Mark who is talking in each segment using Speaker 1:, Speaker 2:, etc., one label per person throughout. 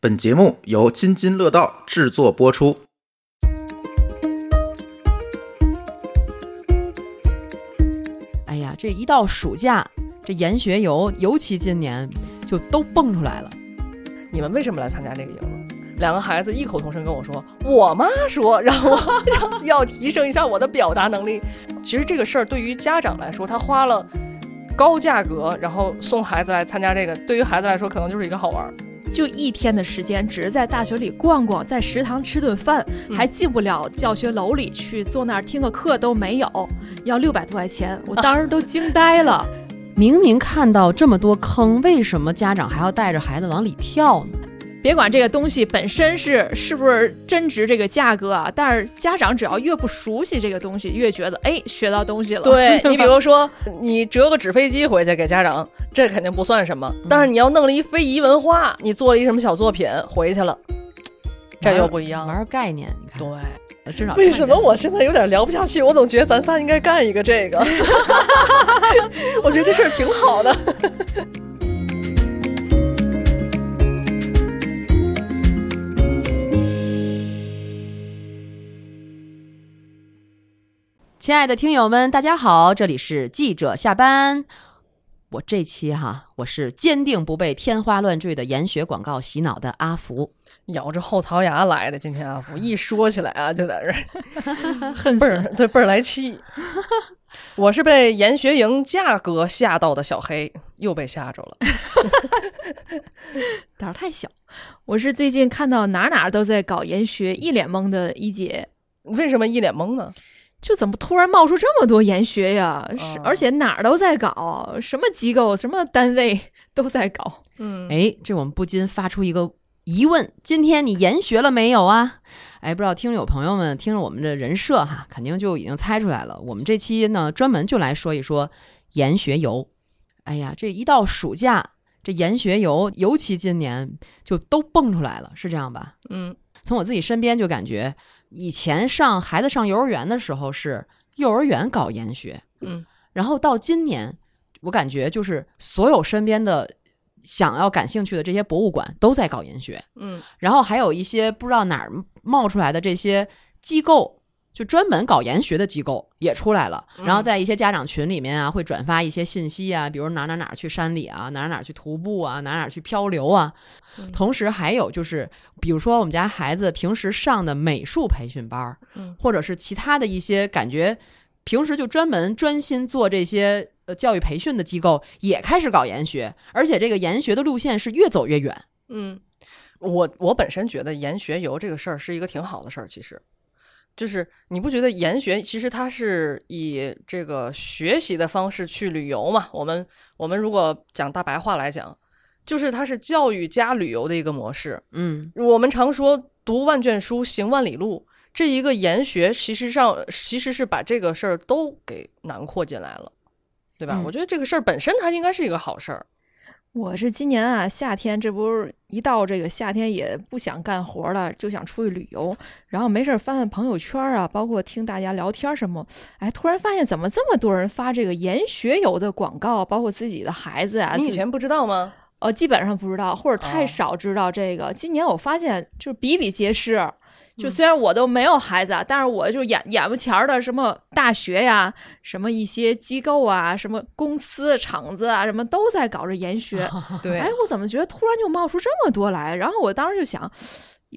Speaker 1: 本节目由津津乐道制作播出。
Speaker 2: 哎呀，这一到暑假，这研学游，尤其今年就都蹦出来了。
Speaker 3: 你们为什么来参加这个营呢？两个孩子异口同声跟我说：“我妈说让 我让要提升一下我的表达能力。”其实这个事儿对于家长来说，他花了高价格，然后送孩子来参加这个，对于孩子来说可能就是一个好玩儿。
Speaker 4: 就一天的时间，只是在大学里逛逛，在食堂吃顿饭，
Speaker 3: 嗯
Speaker 4: 还进不了教学楼里去，坐那儿听个课都没有，要六百多块钱，
Speaker 3: 啊
Speaker 4: 我当时都惊呆了。
Speaker 2: 明明看到这么多坑，为什么家长还要带着孩子往里跳呢？
Speaker 4: 别管这个东西本身是是不是真值这个价格啊，但是家长只要越不熟悉这个东西，越觉得哎学到东西了。
Speaker 3: 对你，比如说你折个纸飞机回去给家长，这肯定不算什么。
Speaker 2: 嗯
Speaker 3: 但是你要弄了一非遗文化，你做了一什么小作品回去了，这又不一样了。
Speaker 2: 玩概念，你看，
Speaker 3: 对。
Speaker 2: 至少
Speaker 3: 为什么我现在有点聊不下去？我总觉得咱仨应该干一个这 个，我觉得这事儿挺好的。
Speaker 2: 亲爱的听友们，大家好，这里是记者下班。我这期哈、我是坚定不被天花乱坠的研学广告洗脑的阿福，
Speaker 3: 咬着后槽牙来的，今天啊，我一说起来啊，就在这
Speaker 4: 恨
Speaker 3: 儿倍儿对倍儿来 气。我是被研学营价格吓到的小黑，又被吓着了。
Speaker 4: 胆儿太小。我是最近看到哪哪都在搞研学，一脸懵的一姐，
Speaker 3: 为什么一脸懵呢？
Speaker 4: 就怎么突然冒出这么多研学呀？是
Speaker 3: 哦
Speaker 4: 而且哪儿都在搞，什么机构、什么单位都在搞。
Speaker 3: 嗯，
Speaker 2: 哎，这我们不禁发出一个疑问：今天你研学了没有啊？哎，不知道听友朋友们听着我们这人设哈，肯定就已经猜出来了。我们这期呢，专门就来说一说研学游。哎呀，这一到暑假，这研学游，尤其今年就都蹦出来了，是这样吧？
Speaker 3: 嗯，
Speaker 2: 从我自己身边就感觉，以前上孩子上幼儿园的时候是幼儿园搞研学，
Speaker 3: 嗯，
Speaker 2: 然后到今年，我感觉就是所有身边的想要感兴趣的这些博物馆都在搞研学，
Speaker 3: 嗯，
Speaker 2: 然后还有一些不知道哪儿冒出来的这些机构。就专门搞研学的机构也出来了，
Speaker 3: 嗯
Speaker 2: 然后在一些家长群里面啊，会转发一些信息啊，比如哪哪哪儿去山里啊，哪哪哪儿去徒步啊，哪哪哪儿去漂流啊，
Speaker 3: 嗯
Speaker 2: 同时还有就是，比如说我们家孩子平时上的美术培训班儿，
Speaker 3: 嗯
Speaker 2: 或者是其他的一些感觉，平时就专门专心做这些呃教育培训的机构，也开始搞研学，而且这个研学的路线是越走越远。
Speaker 3: 嗯，我我本身觉得研学游这个事儿是一个挺好的事儿，其实。就是你不觉得研学其实它是以这个学习的方式去旅游嘛？我们我们如果讲大白话来讲，就是它是教育加旅游的一个模式。
Speaker 2: 嗯，
Speaker 3: 我们常说读万卷书，行万里路，这一个研学其实上其实是把这个事儿都给囊括进来了，对吧？
Speaker 2: 嗯
Speaker 3: 我觉得这个事儿本身它应该是一个好事儿。
Speaker 4: 我是今年啊，夏天这不是一到这个夏天也不想干活了，就想出去旅游，然后没事儿翻翻朋友圈啊，包括听大家聊天什么，哎，突然发现怎么这么多人发这个研学游的广告，包括自己的孩子啊，
Speaker 3: 你以
Speaker 4: 自己
Speaker 3: 前不知道吗？
Speaker 4: 呃基本上不知道或者太
Speaker 3: 哦
Speaker 4: 少知道这个，今年我发现就是比比皆是。
Speaker 3: 嗯
Speaker 4: 就虽然我都没有孩子啊，但是我就眼眼巴前儿的什么大学呀、什么一些机构啊、什么公司、厂子啊，什么都在搞这研学。
Speaker 3: 哦对
Speaker 4: 哎，我怎么觉得突然就冒出这么多来？然后我当时就想，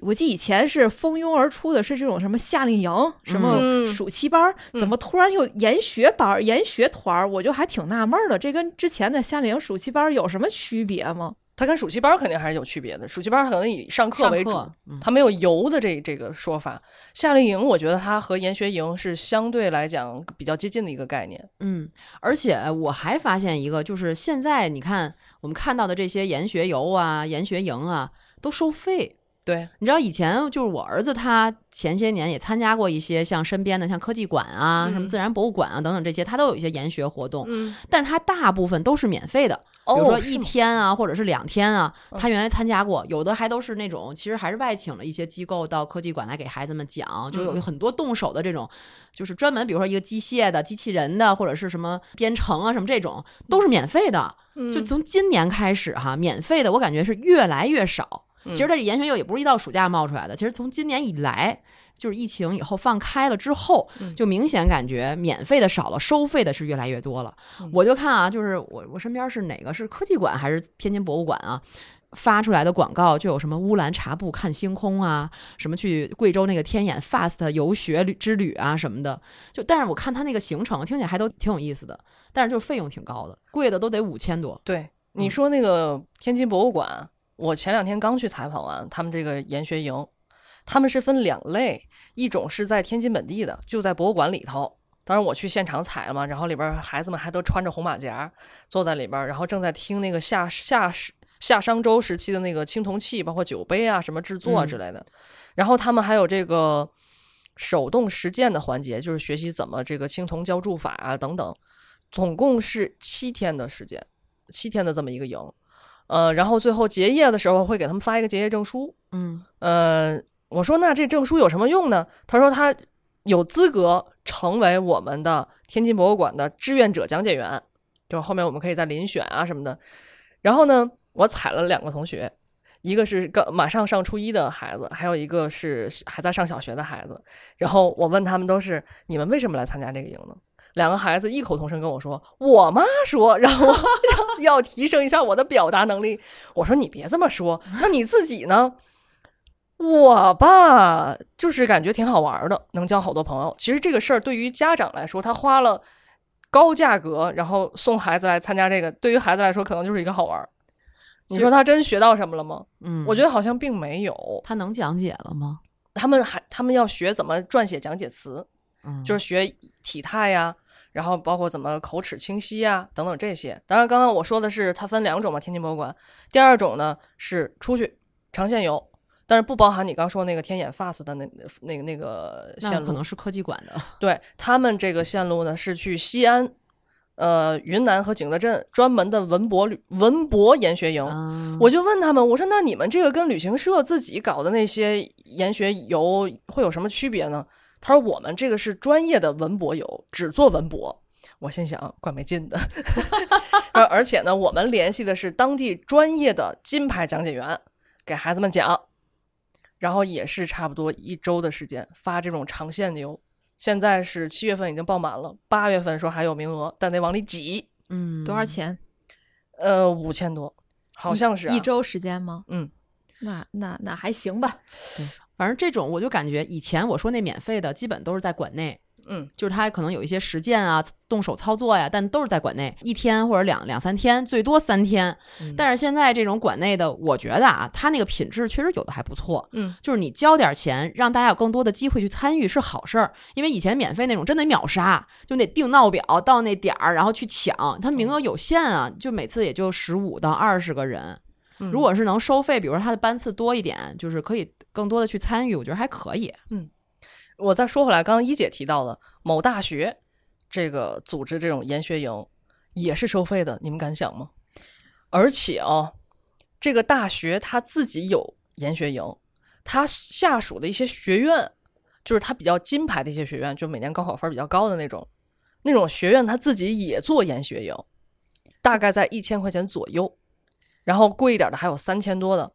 Speaker 4: 我记得以前是蜂拥而出的是这种什么夏令营、什么
Speaker 3: 嗯
Speaker 4: 暑期班儿，怎么突然又研学班儿、研学团儿？我就还挺纳闷儿的，这跟之前的夏令营、暑期班儿有什么区别吗？
Speaker 3: 它跟暑期班儿肯定还是有区别的。暑期班儿可能以上课
Speaker 2: 上
Speaker 3: 为主，
Speaker 2: 课，嗯，
Speaker 3: 它没有游的这这个说法。夏令营，我觉得它和研学营是相对来讲比较接近的一个概念。
Speaker 2: 嗯，而且我还发现一个，就是现在你看我们看到的这些研学游啊、研学营啊，都收费。
Speaker 3: 对，
Speaker 2: 你知道以前就是我儿子，他前些年也参加过一些像身边的像科技馆啊、
Speaker 3: 嗯
Speaker 2: 什么自然博物馆啊等等这些，他都有一些研学活动，
Speaker 3: 嗯，
Speaker 2: 但是他大部分都是免费的，
Speaker 3: 哦，
Speaker 2: 比如说一
Speaker 3: 是吗
Speaker 2: 天啊，或者是两天啊，
Speaker 3: 嗯
Speaker 2: 他原来参加过，有的还都是那种其实还是外请了一些机构到科技馆来给孩子们讲，就有
Speaker 3: 嗯
Speaker 2: 很多动手的这种，就是专门比如说一个机械的、机器人的或者是什么编程啊什么这种，
Speaker 3: 嗯
Speaker 2: 嗯都是免费的。就从今年开始哈，免费的我感觉是越来越少。
Speaker 3: 嗯
Speaker 2: 其实这研学游也不是一到暑假冒出来的，其实从今年以来，就是疫情以后放开了之后
Speaker 3: 嗯，
Speaker 2: 就明显感觉免费的少了，收费的是越来越多了
Speaker 3: 嗯。
Speaker 2: 我就看啊，就是我我身边是哪个是科技馆还是天津博物馆啊？发出来的广告就有什么乌兰察布看星空啊，什么去贵州那个天眼 FAST 游学旅之旅啊什么的，就但是我看他那个行程听起来还都挺有意思的，但是就是费用挺高的，贵的都得五千多。
Speaker 3: 对，你
Speaker 2: 嗯
Speaker 3: 说那个天津博物馆，我前两天刚去采访完他们这个研学营，他们是分两类，一种是在天津本地的，就在博物馆里头。当然我去现场采了嘛，然后里边孩子们还都穿着红马甲坐在里边，然后正在听那个夏夏时夏商周时期的那个青铜器，包括酒杯啊什么制作啊之类的。然后他们还有这个手动实践的环节，就是学习怎么这个青铜浇铸法啊等等。总共是七天的时间，七天的这么一个营，呃，然后最后结业的时候会给他们发一个结业证书。
Speaker 2: 嗯
Speaker 3: 呃，我说那这证书有什么用呢？他说他有资格成为我们的天津博物馆的志愿者讲解员，就是后面我们可以再遴选啊什么的。然后呢，我采了两个同学，一个是刚马上上初一的孩子，还有一个是还在上小学的孩子。然后我问他们都是你们为什么来参加这个营呢？两个孩子异口同声跟我说：“我妈说，让我让要提升一下我的表达能力。”我说：“你别这么说，那你自己呢？”我吧，就是感觉挺好玩的，能交好多朋友。其实这个事儿对于家长来说，他花了高价格，然后送孩子来参加这个，对于孩子来说可能就是一个好玩儿。你说他真学到什么了吗？
Speaker 2: 嗯，
Speaker 3: 我觉得好像并没有。
Speaker 2: 他能讲解了吗？
Speaker 3: 他们还他们要学怎么撰写讲解词，
Speaker 2: 嗯，
Speaker 3: 就是学体态呀、然后包括怎么口齿清晰呀、等等这些。当然，刚刚我说的是它分两种嘛，天津博物馆。第二种呢是出去长线游，但是不包含你刚说那个天眼 FAST 的那那个那个
Speaker 2: 那
Speaker 3: 线
Speaker 2: 可
Speaker 3: 路
Speaker 2: 能。是科技馆的。
Speaker 3: 对他们这个线路呢是去西安、呃云南和景德镇专门的文博旅文博研学营。
Speaker 2: 嗯
Speaker 3: 我就问他们，我说那你们这个跟旅行社自己搞的那些研学游会有什么区别呢？他说我们这个是专业的文博游，只做文博。我心想，怪没劲的。 而而且呢，我们联系的是当地专业的金牌讲解员，给孩子们讲，然后也是差不多一周的时间发这种长线游。现在是七月份已经报满了，八月份说还有名额，但得往里挤。
Speaker 2: 嗯，
Speaker 5: 多少？钱？
Speaker 3: 呃，五千多，好像是、啊、
Speaker 5: 一周时间吗？
Speaker 3: 嗯，
Speaker 5: 那那那还行吧。
Speaker 2: 反正这种我就感觉以前我说那免费的，基本都是在馆内。
Speaker 3: 嗯，
Speaker 2: 就是它可能有一些实践啊、动手操作呀，但都是在馆内一天或者两两三天，最多三天。
Speaker 3: 嗯
Speaker 2: 但是现在这种馆内的，我觉得啊，它那个品质确实有的还不错。
Speaker 3: 嗯，
Speaker 2: 就是你交点钱，让大家有更多的机会去参与是好事儿。因为以前免费那种真得秒杀，就得定闹表到那点儿，然后去抢，它
Speaker 3: 嗯
Speaker 2: 名额有限啊，就每次也就十五到二十个人。
Speaker 3: 嗯
Speaker 2: 如果是能收费，比如说它的班次多一点，就是可以更多的去参与，我觉得还可以。
Speaker 3: 我再说回来，刚刚一姐提到的某大学这个组织这种研学营也是收费的，你们敢想吗？而且哦，这个大学它自己有研学营，它下属的一些学院，就是它比较金牌的一些学院，就每年高考分比较高的那种，那种学院它自己也做研学营，大概在一千块钱左右，然后贵一点的还有三千多的。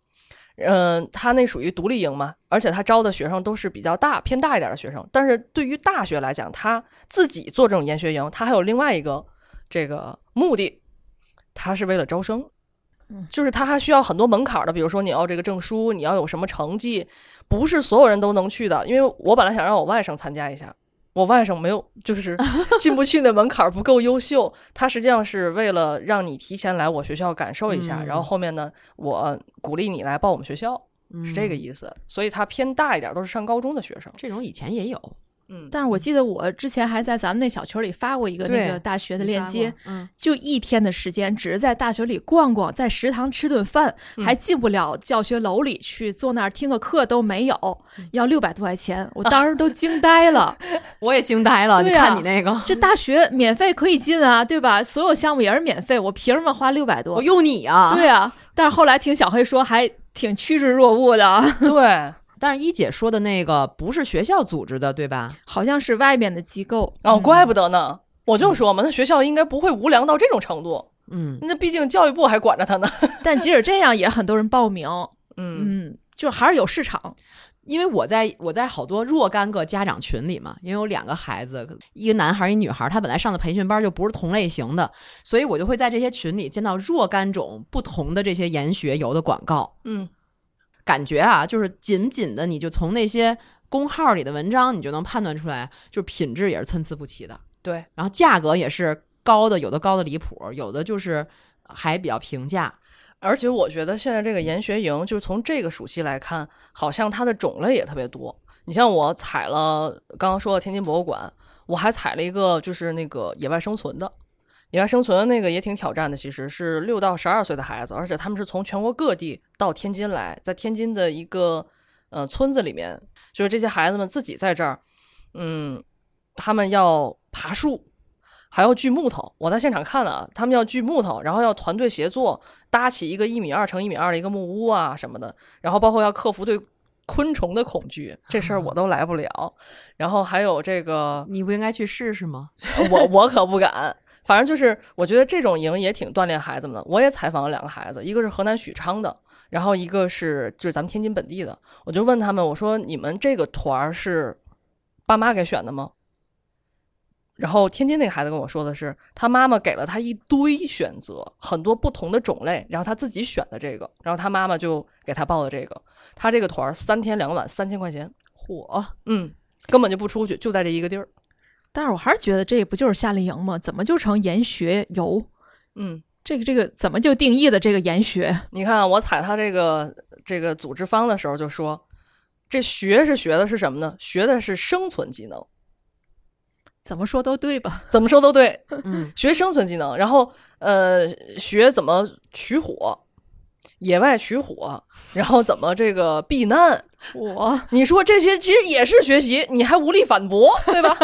Speaker 3: 嗯，他那属于独立营嘛，而且他招的学生都是比较大、偏大一点的学生。但是对于大学来讲，他自己做这种研学营，他还有另外一个这个目的，他是为了招生
Speaker 5: 嗯，
Speaker 3: 就是他还需要很多门槛的，比如说你要这个证书，你要有什么成绩，不是所有人都能去的。因为我本来想让我外甥参加一下，我外甥没有，就是 进不去那门槛儿不够优秀。他实际上是为了让你提前来我学校感受一下，
Speaker 2: 嗯
Speaker 3: 然后后面呢，我鼓励你来报我们学校，是这个
Speaker 2: 嗯
Speaker 3: 意思。所以他偏大一点，都是上高中的学 生。
Speaker 2: 这种以前也有
Speaker 3: 嗯，
Speaker 5: 但是我记得我之前还在咱们那小群里发过一个
Speaker 2: 对
Speaker 5: 那个大学
Speaker 2: 别
Speaker 5: 的链接，，
Speaker 2: 嗯，
Speaker 5: 就一天的时间，只是在大学里逛逛，在食堂吃顿饭，
Speaker 3: 嗯
Speaker 5: 还进不了教学楼里去，坐那儿听个课都没有，
Speaker 3: 嗯
Speaker 5: 要六百多块钱，我当时都惊呆 了。
Speaker 2: 我也惊呆了。你
Speaker 5: 对啊
Speaker 2: 看你那个，
Speaker 5: 这大学免费可以进啊，对吧？所有项目也是免费，我凭什么花六百
Speaker 2: 我
Speaker 3: 哦
Speaker 5: 多？
Speaker 2: 用你啊。
Speaker 5: 对啊，但是后来听小黑说，还挺趋之若鹜的啊，
Speaker 3: 对，
Speaker 2: 但是一姐说的那个不是学校组织的，对吧？
Speaker 5: 好像是外面的机构。
Speaker 2: 嗯
Speaker 3: 哦，怪不得呢。我就说嘛，那学校应该不会无良到这种程度，
Speaker 2: 嗯，
Speaker 3: 那毕竟教育部还管着他呢。
Speaker 5: 但即使这样，也很多人报名。
Speaker 3: 嗯
Speaker 5: 嗯，就还是有市场。
Speaker 2: 因为我在我在好多若干个家长群里嘛，因为有两个孩子，一个男孩儿一女孩儿，他本来上的培训班就不是同类型的，所以我就会在这些群里见到若干种不同的这些研学游的广告，
Speaker 3: 嗯
Speaker 2: 感觉啊，就是紧紧的，你就从那些公号里的文章，你就能判断出来，就是品质也是参差不齐的，
Speaker 3: 对，
Speaker 2: 然后价格也是高的，有的高的离谱，有的就是还比较平价，
Speaker 3: 而且我觉得现在这个研学营，就是从这个暑期来看，好像它的种类也特别多。你像我采了刚刚说的天津博物馆，我还采了一个就是那个野外生存的，野外生存的那个也挺挑战的，其实是六到十二岁的孩子，而且他们是从全国各地到天津来，在天津的一个呃村子里面，就是这些孩子们自己在这儿，嗯，他们要爬树，还要锯木头。我在现场看了啊，他们要锯木头，然后要团队协作搭起一个一米二乘一米二的一个木屋啊什么的，然后包括要克服对昆虫的恐惧，这事儿我都来不了。然后还有这个，
Speaker 2: 你不应该去试试 吗？
Speaker 3: 我我可不敢。反正就是，我觉得这种营也挺锻炼孩子们的。我也采访了两个孩子，一个是河南许昌的，然后一个是就是咱们天津本地的。我就问他们，我说你们这个团儿是爸妈给选的吗？然后天津那个孩子跟我说的是，他妈妈给了他一堆选择，很多不同的种类，然后他自己选的这个，然后他妈妈就给他报的这个。他这个团儿三天两晚三千块钱，
Speaker 2: 火，
Speaker 3: 嗯，根本就不出去，就在这一个地儿，
Speaker 5: 但是我还是觉得这不就是夏令营吗？怎么就成研学游？
Speaker 3: 嗯。
Speaker 5: 这个这个怎么就定义的这个研学？
Speaker 3: 你看啊我踩他这个这个组织方的时候就说，这学是学的是什么呢？学的是生存技能，
Speaker 5: 怎么说都对吧？
Speaker 3: 怎么说都对，
Speaker 2: 嗯，
Speaker 3: 学生存技能。然后呃，学怎么取火，野外取火，然后怎么这个避难。
Speaker 5: 我
Speaker 3: 你说这些其实也是学习，你还无力反驳，对吧？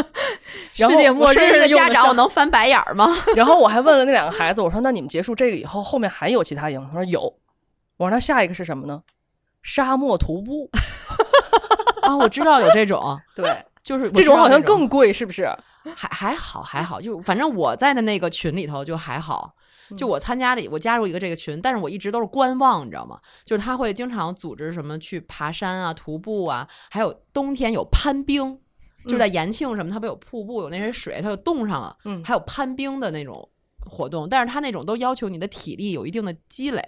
Speaker 5: 世
Speaker 3: 然后
Speaker 5: 界末
Speaker 2: 我身为一
Speaker 5: 日
Speaker 2: 个
Speaker 5: 用
Speaker 2: 家
Speaker 5: 得
Speaker 2: 长，我
Speaker 5: 上
Speaker 2: 能翻白眼儿吗？
Speaker 3: 然后我还问了那两个孩子，我说：“那你们结束这个以后，后面还有其他营？”他说：“有。”我说：“那下一个是什么呢？沙漠徒步。
Speaker 2: 啊，我知道有这种，”
Speaker 3: 对，
Speaker 2: 就是我
Speaker 3: 这
Speaker 2: 知
Speaker 3: 种
Speaker 2: 道
Speaker 3: 好像
Speaker 2: 那
Speaker 3: 更贵，是不是？
Speaker 2: 还还好还好，就反正我在的那个群里头就还好。就
Speaker 3: 嗯
Speaker 2: 我参加了，我加入一个这个群，但是我一直都是观望，你知道吗？就是他会经常组织什么去爬山啊、徒步啊，还有冬天有攀冰，就在延庆什么，它不有瀑布有那些水，它就冻上了，
Speaker 3: 嗯
Speaker 2: 还有攀冰的那种活动，但是他那种都要求你的体力有一定的积累。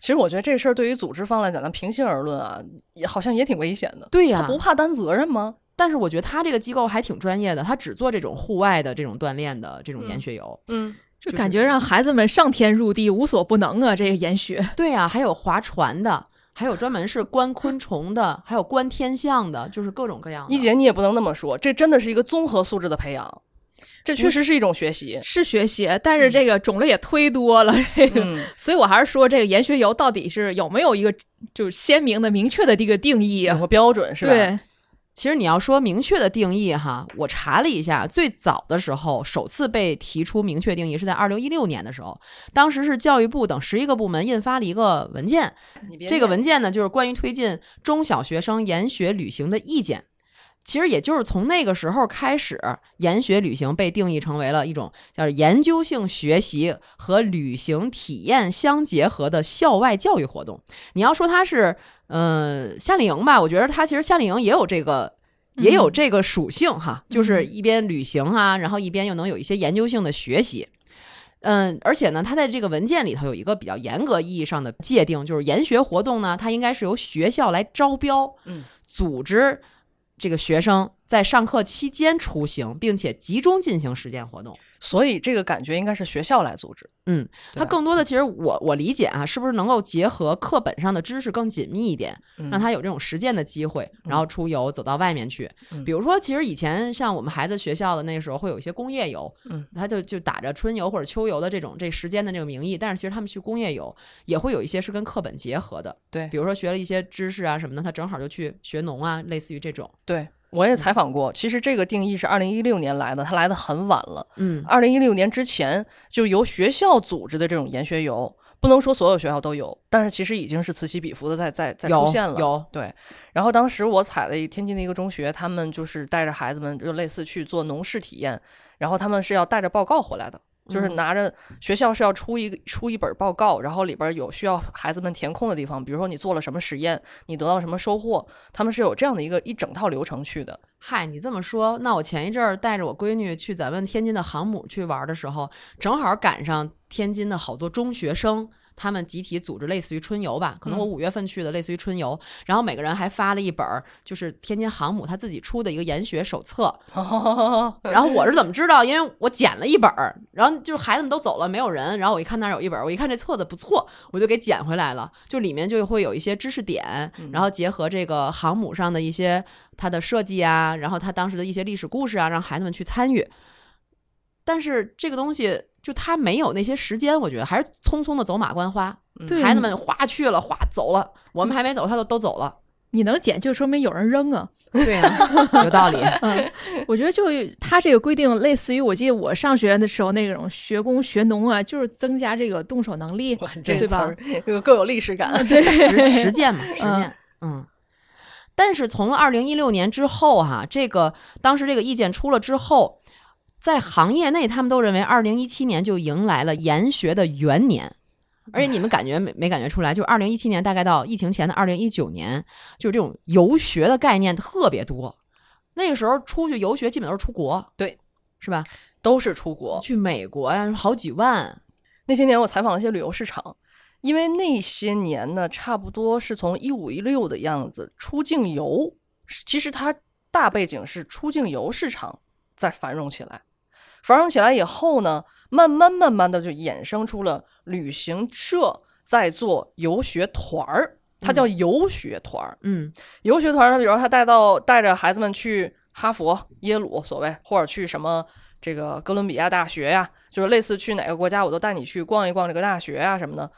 Speaker 3: 其实我觉得这事儿对于组织方来讲，咱平心而论啊，也好像也挺危险的。
Speaker 2: 对啊
Speaker 3: 他不怕担责任吗？
Speaker 2: 但是我觉得他这个机构还挺专业的，他只做这种户外的这种锻炼的这种研
Speaker 3: 嗯
Speaker 2: 学游。
Speaker 3: 嗯，
Speaker 5: 就
Speaker 2: 就是
Speaker 5: 感觉让孩子们上天入地，无所不能啊！这个研学，
Speaker 2: 对啊，还有划船的，还有专门是观昆虫的，还有观天象的，就是各种各样的。
Speaker 3: 一姐你也不能那么说，这真的是一个综合素质的培养，这确实是一种学习。
Speaker 5: 是学习，但是这个种类也忒多了，这个，
Speaker 3: 嗯，
Speaker 5: 所以我还是说这个研学游到底是有没有一个就是鲜明的、明确的一个定义
Speaker 3: 有
Speaker 5: 啊？
Speaker 3: 个标准嗯是吧？，
Speaker 5: 对，
Speaker 2: 其实你要说明确的定义哈，我查了一下，最早的时候首次被提出明确定义是在二零一六年的时候，当时是教育部等十一个部门印发了一个文件，
Speaker 3: 你别
Speaker 2: 这个
Speaker 3: 念
Speaker 2: 文件呢，就是关于推进中小学生研学旅行的意见。其实也就是从那个时候开始，研学旅行被定义成为了一种叫研究性学习和旅行体验相结合的校外教育活动。你要说它是呃夏令营吧，我觉得它其实夏令营也有这个。也有
Speaker 5: 嗯
Speaker 2: 这个属性哈，就是
Speaker 5: 嗯
Speaker 2: 一边旅行啊，
Speaker 3: 嗯
Speaker 2: 然后一边又能有一些研究性的学习。嗯，而且呢，它在这个文件里头有一个比较严格意义上的界定，就是研学活动呢，它应该是由学校来招标，
Speaker 3: 嗯，
Speaker 2: 组织这个学生在上课期间出行，并且集中进行实践活动。
Speaker 3: 所以这个感觉应该是学校来组织。
Speaker 2: 嗯
Speaker 3: 对吧，啊
Speaker 2: 它更多的其实我我理解啊，是不是能够结合课本上的知识更紧密一点，
Speaker 3: 嗯
Speaker 2: 让他有这种实践的机会，
Speaker 3: 嗯
Speaker 2: 然后出游走到外面去
Speaker 3: 嗯。
Speaker 2: 比如说，其实以前像我们孩子学校的那时候，会有一些工业游
Speaker 3: 嗯，
Speaker 2: 他就就打着春游或者秋游的这种这时间的这个名义，但是其实他们去工业游也会有一些是跟课本结合的，
Speaker 3: 对
Speaker 2: 比如说学了一些知识啊什么的，他正好就去学农啊，类似于这种。
Speaker 3: 对。我
Speaker 2: 嗯
Speaker 3: 也采访过，其实这个定义是二零一六年来的，它来的很晚了。
Speaker 2: 嗯，
Speaker 3: 二零一六年之前就由学校组织的这种研学游，不能说所有学校都有，但是其实已经是此起彼伏的在在在
Speaker 2: 有
Speaker 3: 出现了。
Speaker 2: 有，
Speaker 3: 对，然后当时我采了一天津的一个中学，他们就是带着孩子们就类似去做农事体验，然后他们是要带着报告回来的，就是
Speaker 2: 嗯
Speaker 3: 拿着学校是要出一个出一本报告，然后里边有需要孩子们填空的地方，比如说你做了什么实验，你得到了什么收获，他们是有这样的一个一整套流程去的。
Speaker 2: 嗨，你这么说，那我前一阵儿带着我闺女去咱们天津的航母去玩的时候，正好赶上天津的好多中学生。他们集体组织类似于春游吧，可能我
Speaker 3: 嗯
Speaker 2: 五月份去的，类似于春游。然后每个人还发了一本儿，就是天津航母他自己出的一个研学手册，然后我是怎么知道？因为我捡了一本儿，然后就是孩子们都走了，没有人。然后我一看那儿有一本儿，我一看这册子不错，我就给捡回来了。就里面就会有一些知识点，然后结合这个航母上的一些它的设计啊，然后它当时的一些历史故事啊，让孩子们去参与。但是这个东西就它没有那些时间，我觉得还是匆匆的走马观花。
Speaker 5: 对
Speaker 2: 孩子们哗去了，哗走了，我们还没走，他都都走了。
Speaker 5: 你能捡就说明有人扔 啊。
Speaker 2: 对呀、有道理。
Speaker 5: 嗯，我觉得就他这个规定，类似于我记得我上学的时候那种学工学农啊，就是增加这个动手能力，
Speaker 3: 哇
Speaker 5: 对
Speaker 3: 词
Speaker 5: 吧
Speaker 3: 儿？ 又更有历史感。
Speaker 2: 实实践 嘛，实践，嗯。但是从二零一六年之后哈、这个当时这个意见出了之后，在行业内他们都认为二零一七年就迎来了研学的元年，而且你们感觉没没感觉出来？就二零一七年大概到疫情前的二零一九年，就是这种游学的概念特别多。那个时候出去游学基本都是出国，
Speaker 3: 对，
Speaker 2: 是吧？
Speaker 3: 都是出国。
Speaker 2: 去美国呀，好几万，
Speaker 3: 那些年我采访了一些旅游市场，因为那些年呢，差不多是从一五一六的样子，出境游是其实它大背景是出境游市场在繁荣起来。繁荣起来以后呢，慢慢慢慢的就衍生出了旅行社在做游学团儿，它叫游学团儿。
Speaker 2: 嗯
Speaker 3: 游学团，他比如他带到带着孩子们去哈佛、耶鲁，所谓或者去什么这个哥伦比亚大学呀、就是类似去哪个国家，我都带你去逛一逛这个大学啊什么的。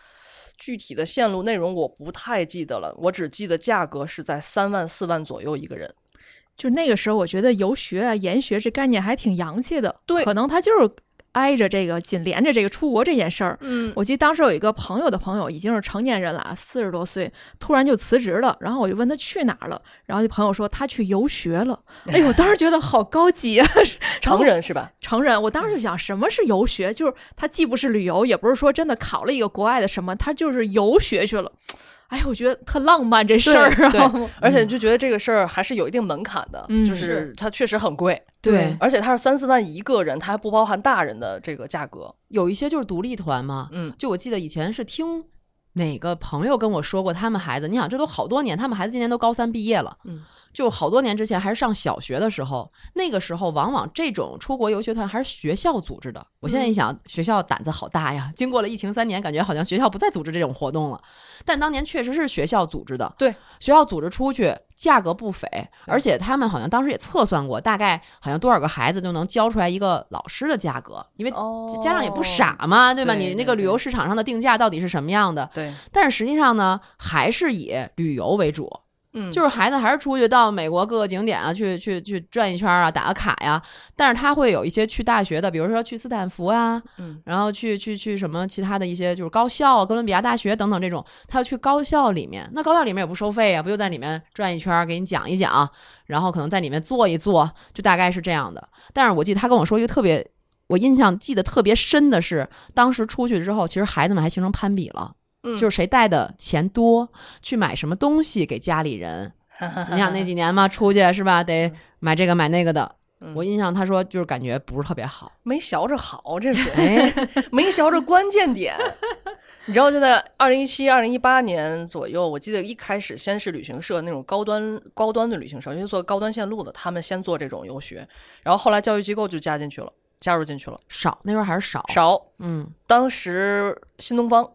Speaker 3: 具体的线路内容我不太记得了，我只记得价格是在三万四万左右一个人。
Speaker 5: 就那个时候，我觉得游学啊、研学这概念还挺洋气的，
Speaker 3: 对
Speaker 5: 可能它就是挨着这个紧连着这个出国这件事儿。
Speaker 3: 嗯，
Speaker 5: 我记得当时有一个朋友的朋友已经是成年人了，啊四十多岁，突然就辞职了。然后我就问他去哪儿了，然后这朋友说他去游学了。哎呦，我当时觉得好高级啊！
Speaker 3: 成人是吧？
Speaker 5: 成人，我当时就想，什么是游学？就是他既不是旅游，也不是说真的考了一个国外的什么，他就是游学去了。哎呀，我觉得特浪漫这事儿
Speaker 3: 对
Speaker 5: 啊！
Speaker 3: 而
Speaker 2: 嗯
Speaker 3: 且就觉得这个事儿还是有一定门槛的，
Speaker 5: 嗯
Speaker 3: 就是它确实很贵，
Speaker 2: 对
Speaker 3: 而且它是三四万一个人，它还不包含大人的这个价格。
Speaker 2: 有一些就是独立团嘛，
Speaker 3: 嗯，
Speaker 2: 就我记得以前是听哪个朋友跟我说过，他们孩子，你想这都好多年，他们孩子今年都高三毕业了，
Speaker 3: 嗯，
Speaker 2: 就好多年之前还是上小学的时候，那个时候往往这种出国游学团还是学校组织的。我现
Speaker 3: 嗯
Speaker 2: 在一想，学校胆子好大呀！经过了疫情三年，感觉好像学校不再组织这种活动了，但当年确实是学校组织的，
Speaker 3: 对，
Speaker 2: 学校组织出去价格不菲，而且他们好像当时也测算过，大概好像多少个孩子就能教出来一个老师的价格，因为
Speaker 3: 哦
Speaker 2: 家长也不傻嘛，对吧？
Speaker 3: 对
Speaker 2: 你那
Speaker 3: 对
Speaker 2: 个旅游
Speaker 3: 对
Speaker 2: 市场上的定价到底是什么样的？
Speaker 3: 对，
Speaker 2: 但是实际上呢，还是以旅游为主，
Speaker 3: 嗯
Speaker 2: 就是孩子还是出去到美国各个景点啊，去去去转一圈啊，打个卡呀、但是他会有一些去大学的，比如说去斯坦福啊，
Speaker 3: 嗯，
Speaker 2: 然后去去去什么其他的一些就是高校啊，哥伦比亚大学等等这种，他要去高校里面，那高校里面也不收费啊，不就在里面转一圈儿，给你讲一讲，然后可能在里面坐一坐，就大概是这样的。但是我记得他跟我说一个特别，我印象记得特别深的是，当时出去之后，其实孩子们还形成攀比了。
Speaker 3: 嗯
Speaker 2: 就是谁带的钱多，去买什么东西给家里 人。你想那几年嘛，出去是吧，得买这个买那个的。
Speaker 3: 嗯
Speaker 2: 我印象他说就是感觉不是特别好，
Speaker 3: 没学着好，这是、
Speaker 2: 哎，
Speaker 3: 没学着关 键点。你知道，就在二零一七、二零一八年左右，我记得一开始先是旅行社那种高端高端的旅行社，因为做高端线路的，他们先做这种游学，然后后来教育机构就加进去了，加入进去了。
Speaker 2: 少那时候还是少，
Speaker 3: 少，
Speaker 2: 嗯，
Speaker 3: 当时新东方，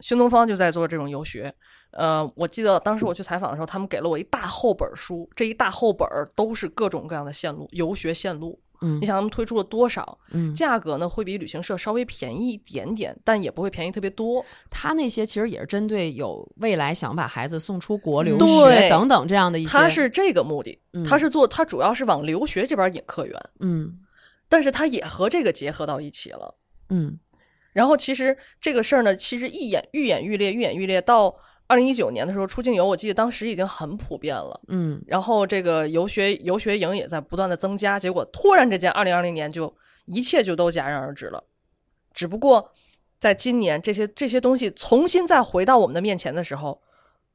Speaker 3: 新东方就在做这种游学。呃，我记得当时我去采访的时候，他们给了我一大厚本儿书，这一大厚本儿都是各种各样的线路，游学线路。
Speaker 2: 嗯
Speaker 3: 你想他们推出了多少？
Speaker 2: 嗯
Speaker 3: 价格呢会比旅行社稍微便宜一点点，但也不会便宜特别多。
Speaker 2: 他那些其实也是针对有未来想把孩子送出国留学
Speaker 3: 嗯对
Speaker 2: 等等这样的一些，
Speaker 3: 他是这个目的
Speaker 2: 嗯，
Speaker 3: 他是做他主要是往留学这边引客源，
Speaker 2: 嗯
Speaker 3: 但是他也和这个结合到一起了。
Speaker 2: 嗯
Speaker 3: 然后其实这个事儿呢，其实一眼愈演愈烈，愈演愈烈。到二零一九年的时候，出境游我记得当时已经很普遍了，
Speaker 2: 嗯，
Speaker 3: 然后这个游学游学营也在不断的增加，结果突然之间二零二零年就一切就都戛然而止了。只不过在今年这些这些东西重新再回到我们的面前的时候，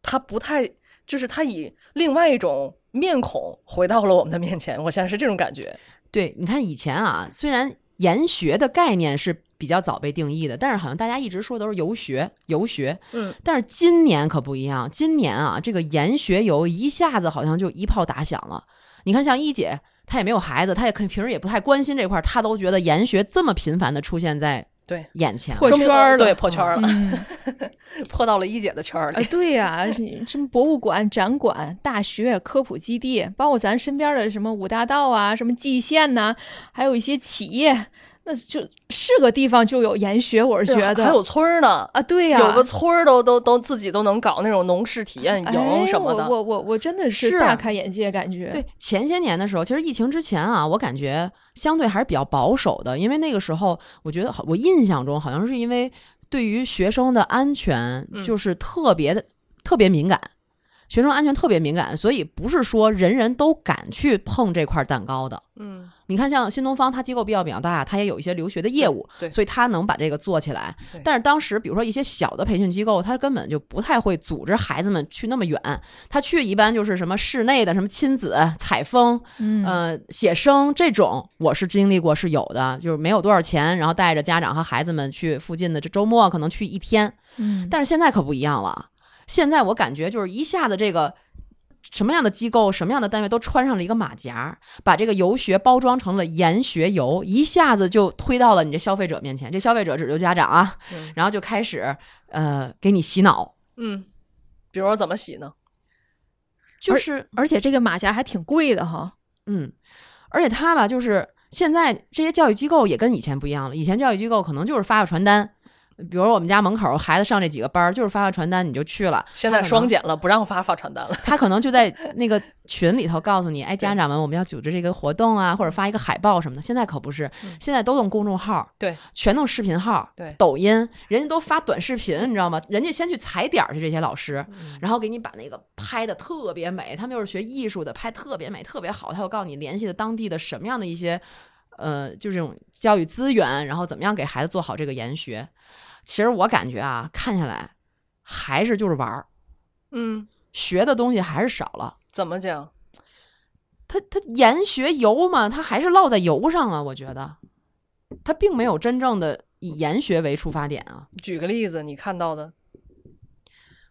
Speaker 3: 它不太就是它以另外一种面孔回到了我们的面前。我现在是这种感觉，
Speaker 2: 对，你看以前啊，虽然研学的概念是比较早被定义的，但是好像大家一直说都是游学，游学。
Speaker 3: 嗯，
Speaker 2: 但是今年可不一样，今年啊，这个研学游一下子好像就一炮打响了。你看，像一姐，她也没有孩子，她也可平时也不太关心这块儿，她都觉得研学这么频繁的出现在
Speaker 3: 对
Speaker 2: 眼前，
Speaker 5: 破
Speaker 3: 说明
Speaker 5: 圈儿了
Speaker 3: 对，破圈儿了，
Speaker 5: 嗯，
Speaker 3: 破到了一姐的圈儿
Speaker 5: 啊
Speaker 3: 里。，
Speaker 5: 对呀、是什么博物馆、展馆、大学、科普基地，包括咱身边的什么五大道啊、什么蓟县呐、还有一些企业，那就是个地方就有研学，我是
Speaker 3: 对
Speaker 5: 觉得
Speaker 3: 还有村儿呢，
Speaker 5: 啊，对呀、
Speaker 3: 有个村儿都都都自己都能搞那种农事体验营
Speaker 5: 哎
Speaker 3: 什么的。
Speaker 5: 我我我我真的
Speaker 2: 是
Speaker 5: 是啊大开眼界，感觉
Speaker 2: 对，前些年的时候，其实疫情之前啊，我感觉相对还是比较保守的，因为那个时候我觉得好，我印象中好像是因为对于学生的安全
Speaker 3: 嗯
Speaker 2: 就是特别的、特别敏感，学生安全特别敏感，所以不是说人人都敢去碰这块蛋糕的。
Speaker 3: 嗯，
Speaker 2: 你看，像新东方，它机构比较比较大，它也有一些留学的业务，
Speaker 3: 对对
Speaker 2: 所以它能把这个做起来
Speaker 3: 对。
Speaker 2: 但是当时，比如说一些小的培训机构，它根本就不太会组织孩子们去那么远，他去一般就是什么室内的什么亲子采风，
Speaker 5: 嗯
Speaker 2: 呃，写生这种，我是经历过是有的，就是没有多少钱，然后带着家长和孩子们去附近的这周末可能去一天，
Speaker 5: 嗯，
Speaker 2: 但是现在可不一样了，现在我感觉就是一下子这个。什么样的机构、什么样的单位都穿上了一个马甲，把这个游学包装成了研学游，一下子就推到了你这消费者面前。这消费者指的就是家长啊，
Speaker 3: 嗯
Speaker 2: 然后就开始呃给你洗脑，
Speaker 3: 嗯，比如说怎么洗呢？
Speaker 2: 就是
Speaker 5: 而且这个马甲还挺贵的哈，
Speaker 2: 嗯，而且他吧，就是现在这些教育机构也跟以前不一样了。以前教育机构可能就是发发传单，比如说我们家门口孩子上这几个班儿，就是发发传单你就去了。
Speaker 3: 现
Speaker 2: 他
Speaker 3: 在
Speaker 2: 可
Speaker 3: 双
Speaker 2: 能
Speaker 3: 减了，不让发发传单了。
Speaker 2: 他可能就在那个群里头告诉你，哎，家长们，我们要组织这个活动啊，或者发一个海报什么的。现在可不是
Speaker 3: 嗯，
Speaker 2: 现在都用公众号，
Speaker 3: 对，
Speaker 2: 全弄视频号，
Speaker 3: 对
Speaker 2: 抖音，人家都发短视频，你知道吗？人家先去踩点儿去这些老师，
Speaker 3: 嗯
Speaker 2: 然后给你把那个拍的特别美，他们又是学艺术的，拍特别美，特别好，他会告诉你联系的当地的什么样的一些，呃，就这种教育资源，然后怎么样给孩子做好这个研学。其实我感觉啊，看下来还是就是玩儿，
Speaker 3: 嗯，
Speaker 2: 学的东西还是少了。
Speaker 3: 怎么讲？
Speaker 2: 他他研学游嘛，他还是落在游上啊，我觉得，他并没有真正的以研学为出发点啊。
Speaker 3: 举个例子，你看到的，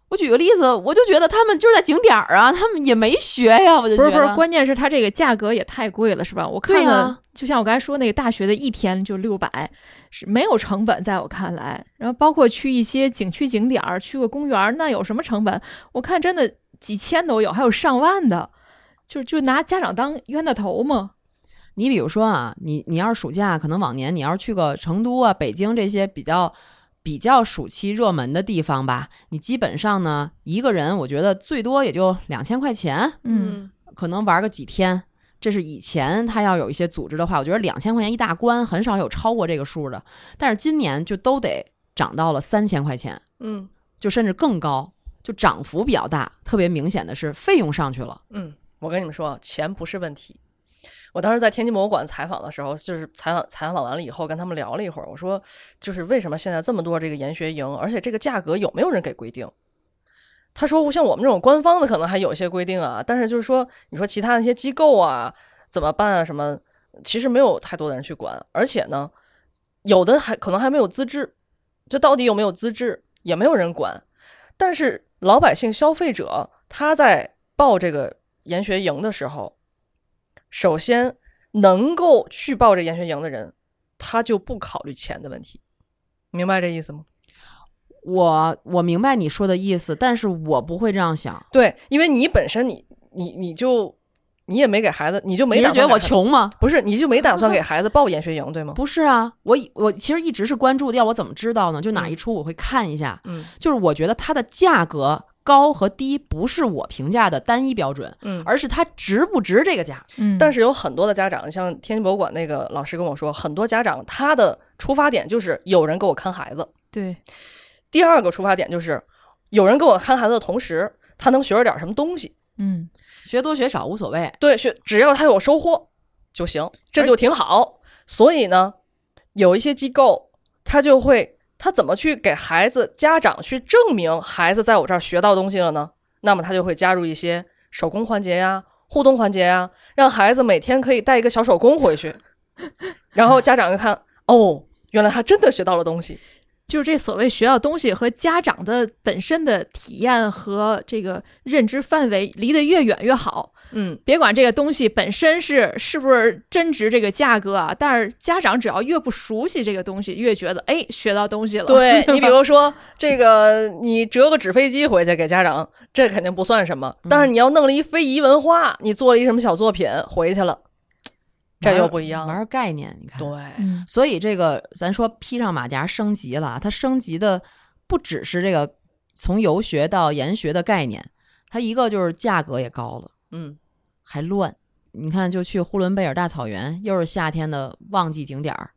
Speaker 2: 我举个例子，我就觉得他们就是在景点儿啊，他们也没学呀，我就
Speaker 5: 不
Speaker 2: 觉
Speaker 5: 是
Speaker 2: 得
Speaker 5: 不是，关键是它这个价格也太贵了，是吧？我
Speaker 2: 对
Speaker 5: 看
Speaker 2: 呀
Speaker 5: 了，就像我刚才说那个大学的一天就六百，是没有成本，在我看来。然后包括去一些景区景点儿，去个公园儿，那有什么成本？我看真的几千都有，还有上万的，就就拿家长当冤大头嘛。
Speaker 2: 你比如说啊，你你要是暑假，可能往年你要是去个成都啊、北京这些比较比较暑期热门的地方吧，你基本上呢一个人，我觉得最多也就两千块钱，
Speaker 5: 嗯
Speaker 3: 嗯
Speaker 2: 可能玩个几天。这是以前他要有一些组织的话，我觉得两千块钱一大关，很少有超过这个数的。但是今年就都得涨到了三千块钱，
Speaker 3: 嗯
Speaker 2: 就甚至更高，就涨幅比较大。特别明显的是费用上去了，
Speaker 3: 嗯，我跟你们说啊，钱不是问题。我当时在天津博物馆采访的时候，就是采访采访完了以后，跟他们聊了一会儿，我说，就是为什么现在这么多这个研学营，而且这个价格有没有人给规定？他说，像我们这种官方的可能还有一些规定啊，但是就是说，你说其他那些机构啊，怎么办啊？什么，其实没有太多的人去管，而且呢，有的还可能还没有资质，就到底有没有资质也没有人管。但是老百姓消费者他在报这个研学营的时候，首先能够去报这研学营的人，他就不考虑钱的问题，明白这意思吗？
Speaker 2: 我我明白你说的意思，但是我不会这样想。
Speaker 3: 对，因为你本身你你你就你也没给孩子，你就没
Speaker 2: 你
Speaker 3: 打
Speaker 2: 是
Speaker 3: 算
Speaker 2: 觉得
Speaker 3: 给
Speaker 2: 我
Speaker 3: 孩子，
Speaker 2: 穷吗？
Speaker 3: 不是，你就没打算给孩子报研学营，对吗？
Speaker 2: 不是啊，我以我其实一直是关注掉，我怎么知道呢？就哪
Speaker 3: 嗯
Speaker 2: 一出我会看一下，
Speaker 3: 嗯
Speaker 2: 就是我觉得它的价格高和低不是我评价的单一标准，
Speaker 3: 嗯，
Speaker 2: 而是它值不值这个价。
Speaker 5: 嗯
Speaker 3: 但
Speaker 5: 是
Speaker 3: 是有很多的家长，像天津博物馆那个老师跟我说，很多家长他的出发点就是有人给我看孩子，
Speaker 5: 对，
Speaker 3: 第二个出发点就是有人给我看孩子的同时，他能学着点什么东西，
Speaker 5: 嗯，
Speaker 2: 学多学少无所谓，
Speaker 3: 对，学只要他有收获就行，这就挺好。所以呢，有一些机构他就会他怎么去给孩子家长去证明孩子在我这儿学到东西了呢？那么他就会加入一些手工环节呀、互动环节呀，让孩子每天可以带一个小手工回去，然后家长一看，哦，原来他真的学到了东西。
Speaker 4: 就是这所谓学到东西和家长的本身的体验和这个认知范围离得越远越好。
Speaker 3: 嗯，
Speaker 4: 别管这个东西本身是是不是真值这个价格啊，但是家长只要越不熟悉这个东西，越觉得哎学到东 西了。
Speaker 3: 对你比如说这个，你折个纸飞机回去给家长，这肯定不算什么。
Speaker 2: 嗯
Speaker 3: 但是你要弄了一非遗文化，你做了一什么小作品回去了，这又不一 样
Speaker 2: 玩
Speaker 3: 了。
Speaker 2: 儿概念，你看，
Speaker 3: 啊对，
Speaker 4: 嗯，
Speaker 2: 所以这个咱说披上马甲升级了啊，它升级的不只是这个从游学到研学的概念，它一个就是价格也高了，
Speaker 3: 嗯，
Speaker 2: 还乱。你看，就去呼伦贝尔大草原，又是夏天的旺季景点儿，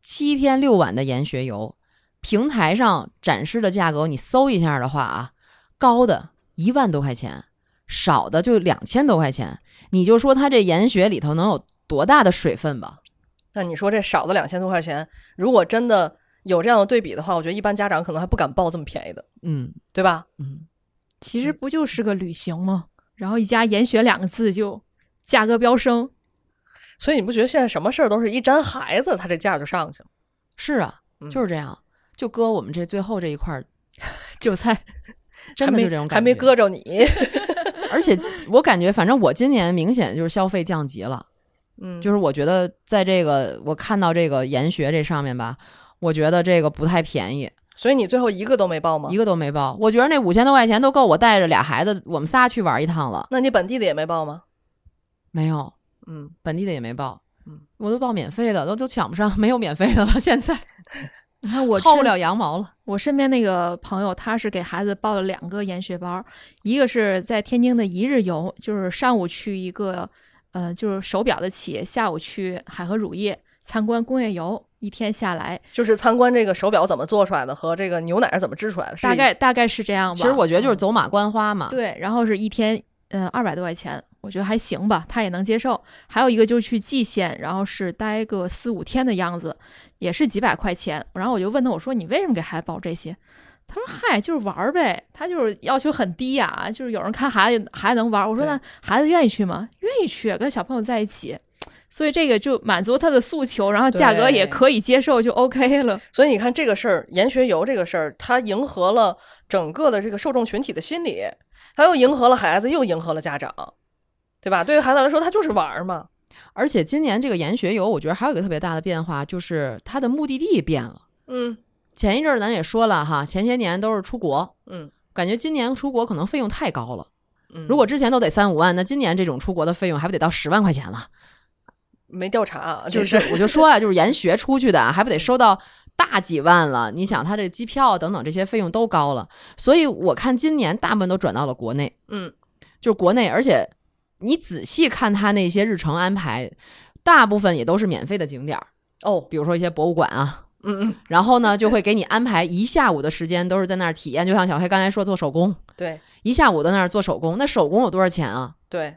Speaker 2: 七天六晚的研学游，平台上展示的价格，你搜一下的话啊，高的一万多块钱，少的就两千多块钱，你就说它这研学里头能有多大的水分吧？
Speaker 3: 那你说这少的两千多块钱，如果真的有这样的对比的话，我觉得一般家长可能还不敢报这么便宜的，
Speaker 2: 嗯
Speaker 3: 对吧？
Speaker 2: 嗯。
Speaker 4: 其实不就是个旅行吗？然后一加“研学”两个字就价格飙升。
Speaker 3: 所以你不觉得现在什么事儿都是一沾孩子，他这价就上去了？
Speaker 2: 是啊，就
Speaker 3: 嗯
Speaker 2: 是这样。就搁我们这最后这一块儿，
Speaker 4: 韭菜，
Speaker 2: 真
Speaker 3: 还
Speaker 2: 的
Speaker 3: 没
Speaker 2: 就这种感觉。
Speaker 3: 还没搁 着你，
Speaker 2: 而且我感觉，反正我今年明显就是消费降级了。
Speaker 3: 嗯，
Speaker 2: 就是我觉得在这个我看到这个研学这上面吧，我觉得这个不太便宜，
Speaker 3: 所以你最后一个都没报吗
Speaker 2: 一？个都没报。我觉得那五千多块钱都够我带着俩孩子，我们仨去玩一趟了。
Speaker 3: 那你本地的也没报吗？
Speaker 2: 没有，
Speaker 3: 嗯，
Speaker 2: 本地的也没报
Speaker 3: 嗯。
Speaker 2: 我都报免费的，都都抢不上，没有免费的了。现在
Speaker 4: 你看我
Speaker 2: 薅不
Speaker 4: 身
Speaker 2: 了羊毛了。
Speaker 4: 我身边那个朋友，他是给孩子报了两个研学班儿，一个是在天津的一日游，就是上午去一个呃就是手表的企业，下午去海河乳业参观工业游，一天下来
Speaker 3: 就是参观这个手表怎么做出来的和这个牛奶是怎么制出来的，是
Speaker 4: 大
Speaker 3: 一
Speaker 4: 概大概是这样吧。
Speaker 2: 其实我觉得就是走马观花嘛。
Speaker 4: 嗯对，然后是一天呃二百多块钱，我觉得还行吧，他也能接受。还有一个就是去蓟县，然后是待个四五天的样子，也是几百块钱。然后我就问他，我说你为什么给孩子报这些？他说：“嗨，就是玩儿呗，他就是要求很低呀、就是有人看孩子，孩子能玩儿。我说
Speaker 3: 对
Speaker 4: 那孩子愿意去吗？愿意去，跟小朋友在一起，所以这个就满足他的诉求，然后价格也
Speaker 3: 对
Speaker 4: 可以接受，就 OK 了。
Speaker 3: 所以你看这个事儿，研学游这个事儿，它迎合了整个的这个受众群体的心理，它又迎合了孩子，又迎合了家长，对吧？对于孩子来说，他就是玩儿嘛。
Speaker 2: 而且今年这个研学游，我觉得还有一个特别大的变化，就是它的目的地变了。
Speaker 3: 嗯
Speaker 2: 前一阵儿咱也说了哈，前些年都是出国，
Speaker 3: 嗯
Speaker 2: 感觉今年出国可能费用太高了。
Speaker 3: 嗯，
Speaker 2: 如果之前都得三五万，那今年这种出国的费用还不得到十万块钱了？
Speaker 3: 没调查啊，
Speaker 2: 就
Speaker 3: 这
Speaker 2: 是
Speaker 3: 事儿
Speaker 2: 我就说啊，就是研学出去的啊，还不得收到大几万了？你想，他这机票啊等等这些费用都高了，所以我看今年大部分都转到了国内。
Speaker 3: 嗯，
Speaker 2: 就是国内，而且你仔细看他那些日程安排，大部分也都是免费的景点儿，
Speaker 3: 哦，
Speaker 2: 比如说一些博物馆啊，
Speaker 3: 嗯嗯，
Speaker 2: 然后呢就会给你安排一下午的时间，都是在那儿体验。就像小黑刚才说做手工，
Speaker 3: 对
Speaker 2: 一下午都在那儿做手工，那手工有多少钱啊？
Speaker 3: 对。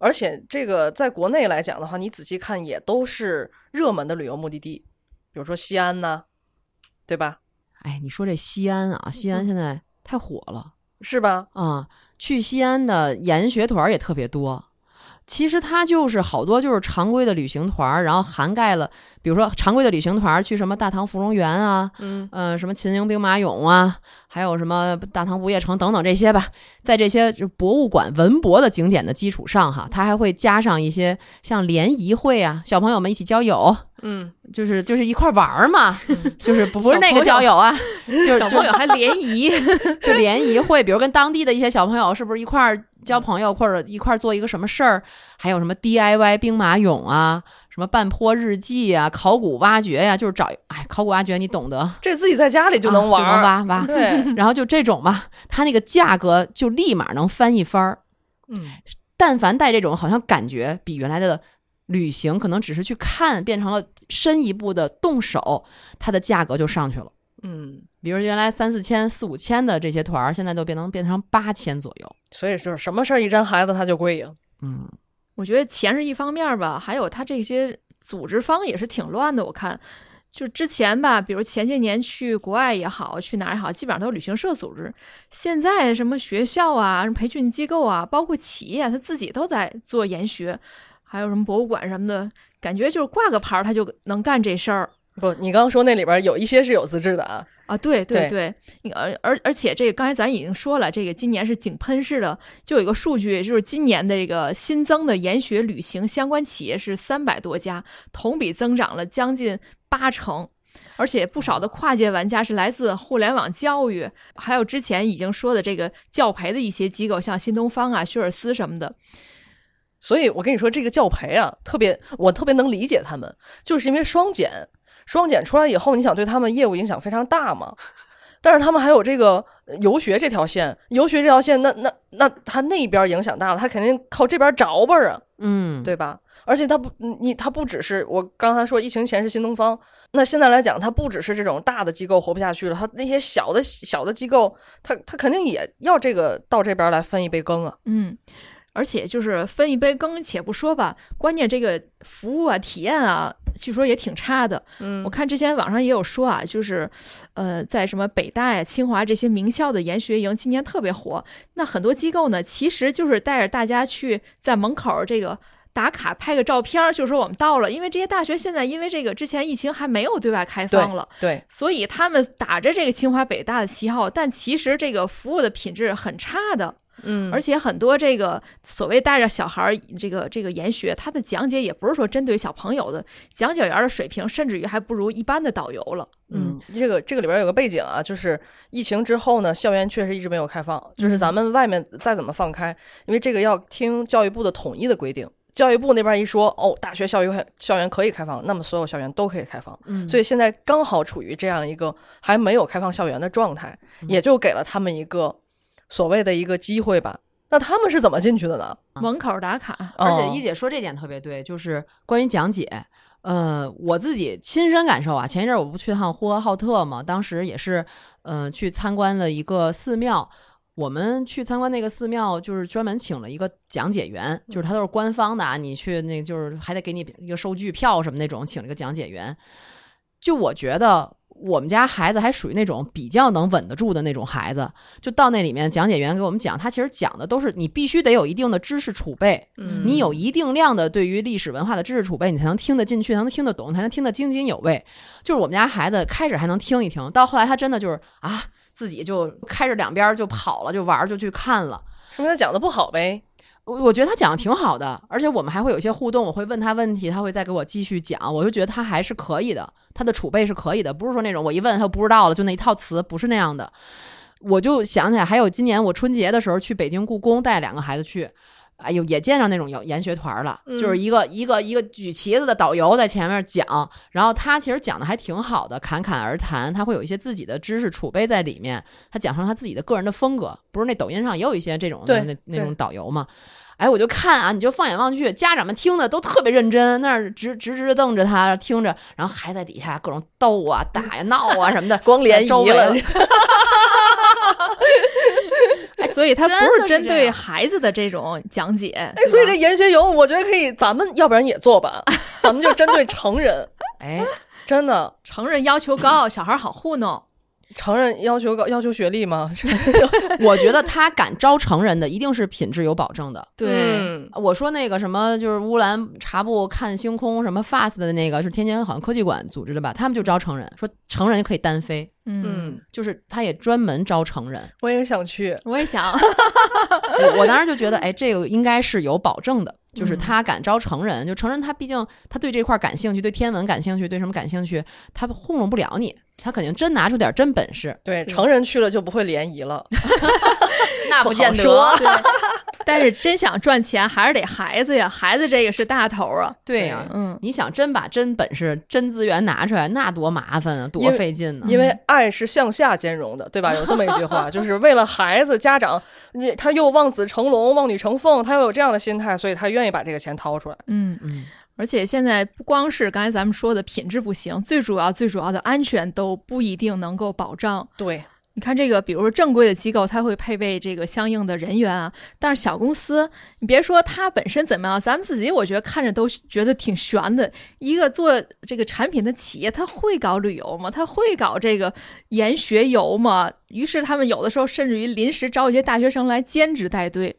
Speaker 3: 而且这个在国内来讲的话，你仔细看也都是热门的旅游目的地，比如说西安呐、对吧？
Speaker 2: 哎，你说这西安
Speaker 4: 嗯
Speaker 2: 啊，西安现在太火了
Speaker 3: 是吧？
Speaker 2: 啊、去西安的研学团儿也特别多。其实它就是好多就是常规的旅行团儿，然后涵盖了，比如说常规的旅行团儿去什么大唐芙蓉园啊，
Speaker 3: 嗯
Speaker 2: 呃，什么秦营兵马俑啊，还有什么大唐不夜城等等这些吧，在这些就博物馆文博的景点的基础上，哈，它还会加上一些像联谊会啊，小朋友们一起交友，
Speaker 3: 嗯，
Speaker 2: 就是就是一块玩儿嘛，
Speaker 3: 嗯
Speaker 2: 就是不不是
Speaker 4: 小
Speaker 2: 那
Speaker 4: 朋
Speaker 2: 个
Speaker 4: 友
Speaker 2: 交友 啊，就是
Speaker 4: 小
Speaker 2: 就
Speaker 4: 朋友还联谊，
Speaker 2: 就联谊会，比如跟当地的一些小朋友是不是一块儿交朋友，或者一块儿做一个什么事儿，还有什么 DIY 兵马俑啊，什么半坡日记啊，考古挖掘呀、就是找哎考古挖掘你懂得。
Speaker 3: 这自己在家里就
Speaker 2: 啊
Speaker 3: 能玩
Speaker 2: 就能
Speaker 3: 儿，
Speaker 2: 挖挖，
Speaker 3: 对，
Speaker 2: 然后就这种嘛，它那个价格就立马能翻一番儿。
Speaker 3: 嗯。
Speaker 2: 但凡带这种，好像感觉比原来的旅行可能只是去看，变成了深一步的动手，它的价格就上去了。
Speaker 3: 嗯
Speaker 2: 比如原来三四千、四五千的这些团儿，现在都变成变成八千左右。
Speaker 3: 所以就是什么事儿一沾孩子他就归隐。
Speaker 2: 嗯，
Speaker 4: 我觉得钱是一方面儿吧，还有他这些组织方也是挺乱的。我看就之前吧，比如前些年去国外也好，去哪儿也好，基本上都是旅行社组织。现在什么学校啊、什么培训机构啊，包括企业，他自己都在做研学，还有什么博物馆什么的，感觉就是挂个牌儿，他就能干这事儿。
Speaker 3: 不，你刚刚说那里边有一些是有资质的啊，
Speaker 4: 啊，对
Speaker 3: 对
Speaker 4: 对，你而而而且这个刚才咱已经说了，这个今年是井喷式的，就有一个数据，就是今年的这个新增的研学旅行相关企业是三百多家，同比增长了将近八成。而且不少的跨界玩家是来自互联网教育，还有之前已经说的这个教培的一些机构，像新东方啊、学而思什么的。
Speaker 3: 所以我跟你说，这个教培啊，特别我特别能理解他们，就是因为双减，双减出来以后，你想对他们业务影响非常大嘛。但是他们还有这个呃游学这条线，游学这条线，那那那他那边影响大了，他肯定靠这边着吧啊，
Speaker 2: 嗯，
Speaker 3: 对吧？而且他不，你他不只是我刚才说疫情前是新东方，那现在来讲，他不只是这种大的机构活不下去了，他那些小的小的机构，他他肯定也要这个到这边来分一杯羹啊。
Speaker 4: 嗯，而且就是分一杯羹，且不说吧，关键这个服务啊、体验啊，据说也挺差的。
Speaker 3: 嗯
Speaker 4: 我看之前网上也有说啊，就是，呃，在什么北大呀、清华这些名校的研学营今年特别火。那很多机构呢，其实就是带着大家去在门口儿这个打卡拍个照片儿，就说我们到了。因为这些大学现在因为这个之前疫情还没有对外开
Speaker 3: 对
Speaker 4: 放了，
Speaker 3: 对，
Speaker 4: 所以他们打着这个清华北大的旗号，但其实这个服务的品质很差的。
Speaker 3: 嗯
Speaker 4: 而且很多这个所谓带着小孩儿这个这个研学，他的讲解也不是说针对小朋友的，讲解员的水平甚至于还不如一般的导游了。
Speaker 3: 嗯，这个这个里边有个背景啊，就是疫情之后呢，校园确实一直没有开放，就是咱们外面再怎么放开，因为这个要听教育部的统一的规定。教育部那边一说，哦，大学校园校园可以开放，那么所有校园都可以开放。
Speaker 2: 嗯，
Speaker 3: 所以现在刚好处于这样一个还没有开放校园的状态，也就给了他们一个所谓的一个机会吧。那他们是怎么进去的呢？哦
Speaker 2: 啊
Speaker 4: 门口打卡，
Speaker 2: 而且一
Speaker 3: 姐，
Speaker 2: 姐说这点特别对，就是关于讲解。呃，我自己亲身感受啊，前一阵儿我不去趟呼和浩特嘛，当时也是，呃，去参观了一个寺庙。我们去参观那个寺庙，就是专门请了一个讲解员，就是他都是官方的啊，你去那就是还得给你一个收据票什么那种，请了个讲解员。就我觉得我们家孩子还属于那种比较能稳得住的那种孩子，就到那里面讲解员给我们讲，他其实讲的都是你必须得有一定的知识储备，
Speaker 3: 嗯
Speaker 2: 你有一定量的对于历史文化的知识储备，你才能听得进去，才能听得懂，才能听得津津有味。就是我们家孩子开始还能听一听，到后来他真的就是啊，自己就开着两边儿就跑了，就玩儿，就去看了。
Speaker 3: 说明他讲的不好呗。
Speaker 2: 我我觉得他讲的挺好的，而且我们还会有一些互动，我会问他问题，他会再给我继续讲，我就觉得他还是可以的，他的储备是可以的，不是说那种我一问他就不知道了，就那一套词，不是那样的。我就想起来，还有今年我春节的时候去北京故宫带两个孩子去，哎呦也见上那种研研学团了，
Speaker 3: 嗯
Speaker 2: 就是一个一个一个举旗子的导游在前面讲，然后他其实讲的还挺好的，侃侃而谈，他会有一些自己的知识储备在里面，他讲上他自己的个人的风格，不是那抖音上也有一些这种
Speaker 3: 对
Speaker 2: 的那那
Speaker 3: 对
Speaker 2: 种导游嘛。哎，我就看啊，你就放眼望去，家长们听的都特别认真，那儿直直直的瞪着他听着，然后还在底下各种逗啊、打呀、闹啊什么的，
Speaker 3: 光联谊
Speaker 2: 周围
Speaker 3: 了
Speaker 4: 所以它
Speaker 2: 真
Speaker 4: 不
Speaker 2: 的是
Speaker 4: 针
Speaker 2: 这
Speaker 4: 对
Speaker 2: 样
Speaker 4: 孩子的这种讲解。
Speaker 3: 哎，所 以这研学营，我觉得可以，咱们要不然也做吧， 咱们就针对成人，
Speaker 2: 哎，
Speaker 3: 真的，
Speaker 4: 成人要求 高，小孩儿好糊弄。
Speaker 3: 成人要求高，要求学历吗？
Speaker 2: 我觉得他敢招成人的，一定是品质有保证的。
Speaker 4: 对，
Speaker 3: 嗯
Speaker 2: 我说那个什么，就是乌兰察布看星空什么 FAST 的那个，是天津好像科技馆组织的吧？他们就招成人，说成人可以单飞，
Speaker 4: 嗯，
Speaker 3: 嗯，
Speaker 2: 就是他也专门招成人。
Speaker 3: 我也想去，
Speaker 4: 我也 想，
Speaker 2: 我我当时就觉得，哎，这个应该是有保证的，就是
Speaker 4: 嗯
Speaker 2: 他敢招成人，就成人他毕竟他对这块儿感兴趣，对天文感兴趣，对什么感兴趣，他糊弄不了你，他肯定真拿出点真本事，
Speaker 3: 对，
Speaker 4: 是
Speaker 3: 成人去了就不会联谊了，
Speaker 2: 那
Speaker 3: 不见得
Speaker 2: 说。
Speaker 4: 对，但是真想赚钱还是得孩子呀，孩子这个是大头儿啊。
Speaker 2: 对呀、
Speaker 4: 嗯，
Speaker 2: 你想真把真本事、真资源拿出来，那多麻烦啊，
Speaker 3: 因
Speaker 2: 多
Speaker 3: 为
Speaker 2: 费劲呢、
Speaker 3: 因为爱是向下兼容的，对吧？有这么一句话，就是为了孩子，家长你他又望子成龙、望女成凤，他又有这样的心态，所以他愿意把这个钱掏出来。
Speaker 4: 嗯，
Speaker 2: 嗯，
Speaker 4: 而且现在不光是刚才咱们说的品质不行，最主要最主要的安全都不一定能够保障。
Speaker 3: 对，
Speaker 4: 你看这个，比如说正规的机构，它会配备这个相应的人员啊，但是小公司，你别说它本身怎么样，咱们自己我觉得看着都觉得挺悬的。一个做这个产品的企业，它会搞旅游吗？它会搞这个研学游吗？于是他们有的时候甚至于临时招一些大学生来兼职带队。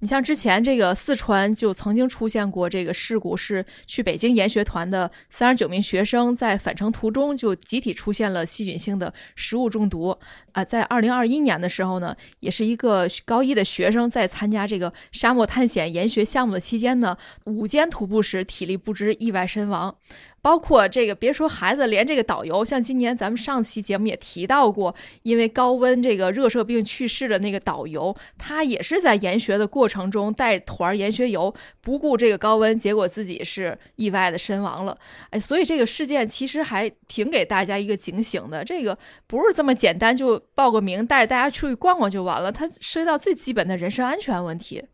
Speaker 4: 你像之前这个四川就曾经出现过这个事故，是去北京研学团的三十九名学生在返程途中就集体出现了细菌性的食物中毒。啊、在二零二一年的时候呢，也是一个高一的学生在参加这个沙漠探险研学项目的期间呢，午间徒步时体力不支意外身亡。包括这个，别说孩子，连这个导游，像今年咱们上期节目也提到过，因为高温这个热射病去世的那个导游，他也是在研学的过程中带团儿研学游，不顾这个高温，结果自己是意外的身亡了。哎，所以这个事件其实还挺给大家一个警醒的，这个不是这么简单就报个名，带着大家出去逛逛就完了，它涉及到最基本的人身安全问题。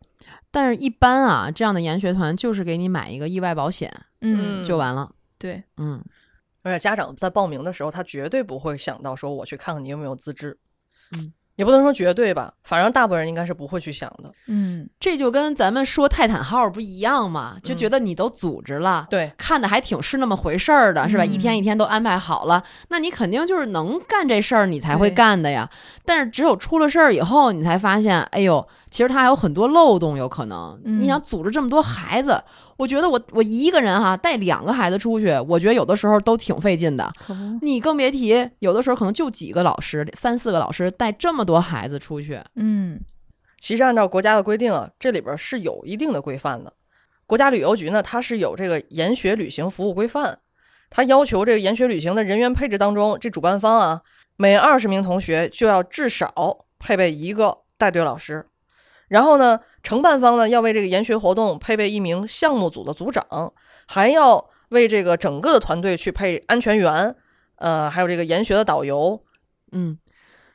Speaker 2: 但是，一般啊，这样的研学团就是给你买一个意外保险
Speaker 3: 嗯
Speaker 2: 就完了。
Speaker 4: 对，
Speaker 2: 嗯，
Speaker 3: 而且家长在报名的时候，他绝对不会想到说我去看看你有没有资质，
Speaker 2: 嗯
Speaker 3: 也不能说绝对吧，反正大部分人应该是不会去想的。
Speaker 4: 嗯，
Speaker 2: 这就跟咱们说泰坦号不一样嘛，
Speaker 3: 嗯
Speaker 2: 就觉得你都组织了。
Speaker 3: 对，
Speaker 2: 看的还挺是那么回事儿的，是吧？
Speaker 4: 嗯
Speaker 2: 一天一天都安排好了，那你肯定就是能干这事儿，你才会
Speaker 4: 对
Speaker 2: 干的呀。但是只有出了事儿以后，你才发现，哎呦，其实它还有很多漏洞，有可能。
Speaker 4: 嗯
Speaker 2: 你想组织这么多孩子，我觉得我我一个人哈、带两个孩子出去，我觉得有的时候都挺费劲的。
Speaker 4: 可不，
Speaker 2: 你更别提，有的时候可能就几个老师，三四个老师带这么多孩子出去，
Speaker 4: 嗯
Speaker 3: 其实按照国家的规定啊，这里边是有一定的规范的。国家旅游局呢，它是有这个研学旅行服务规范，它要求这个研学旅行的人员配置当中，这主办方啊，每二十名同学就要至少配备一个带队老师。然后呢，承办方呢要为这个研学活动配备一名项目组的组长，还要为这个整个的团队去配安全员，呃，还有这个研学的导游，
Speaker 2: 嗯，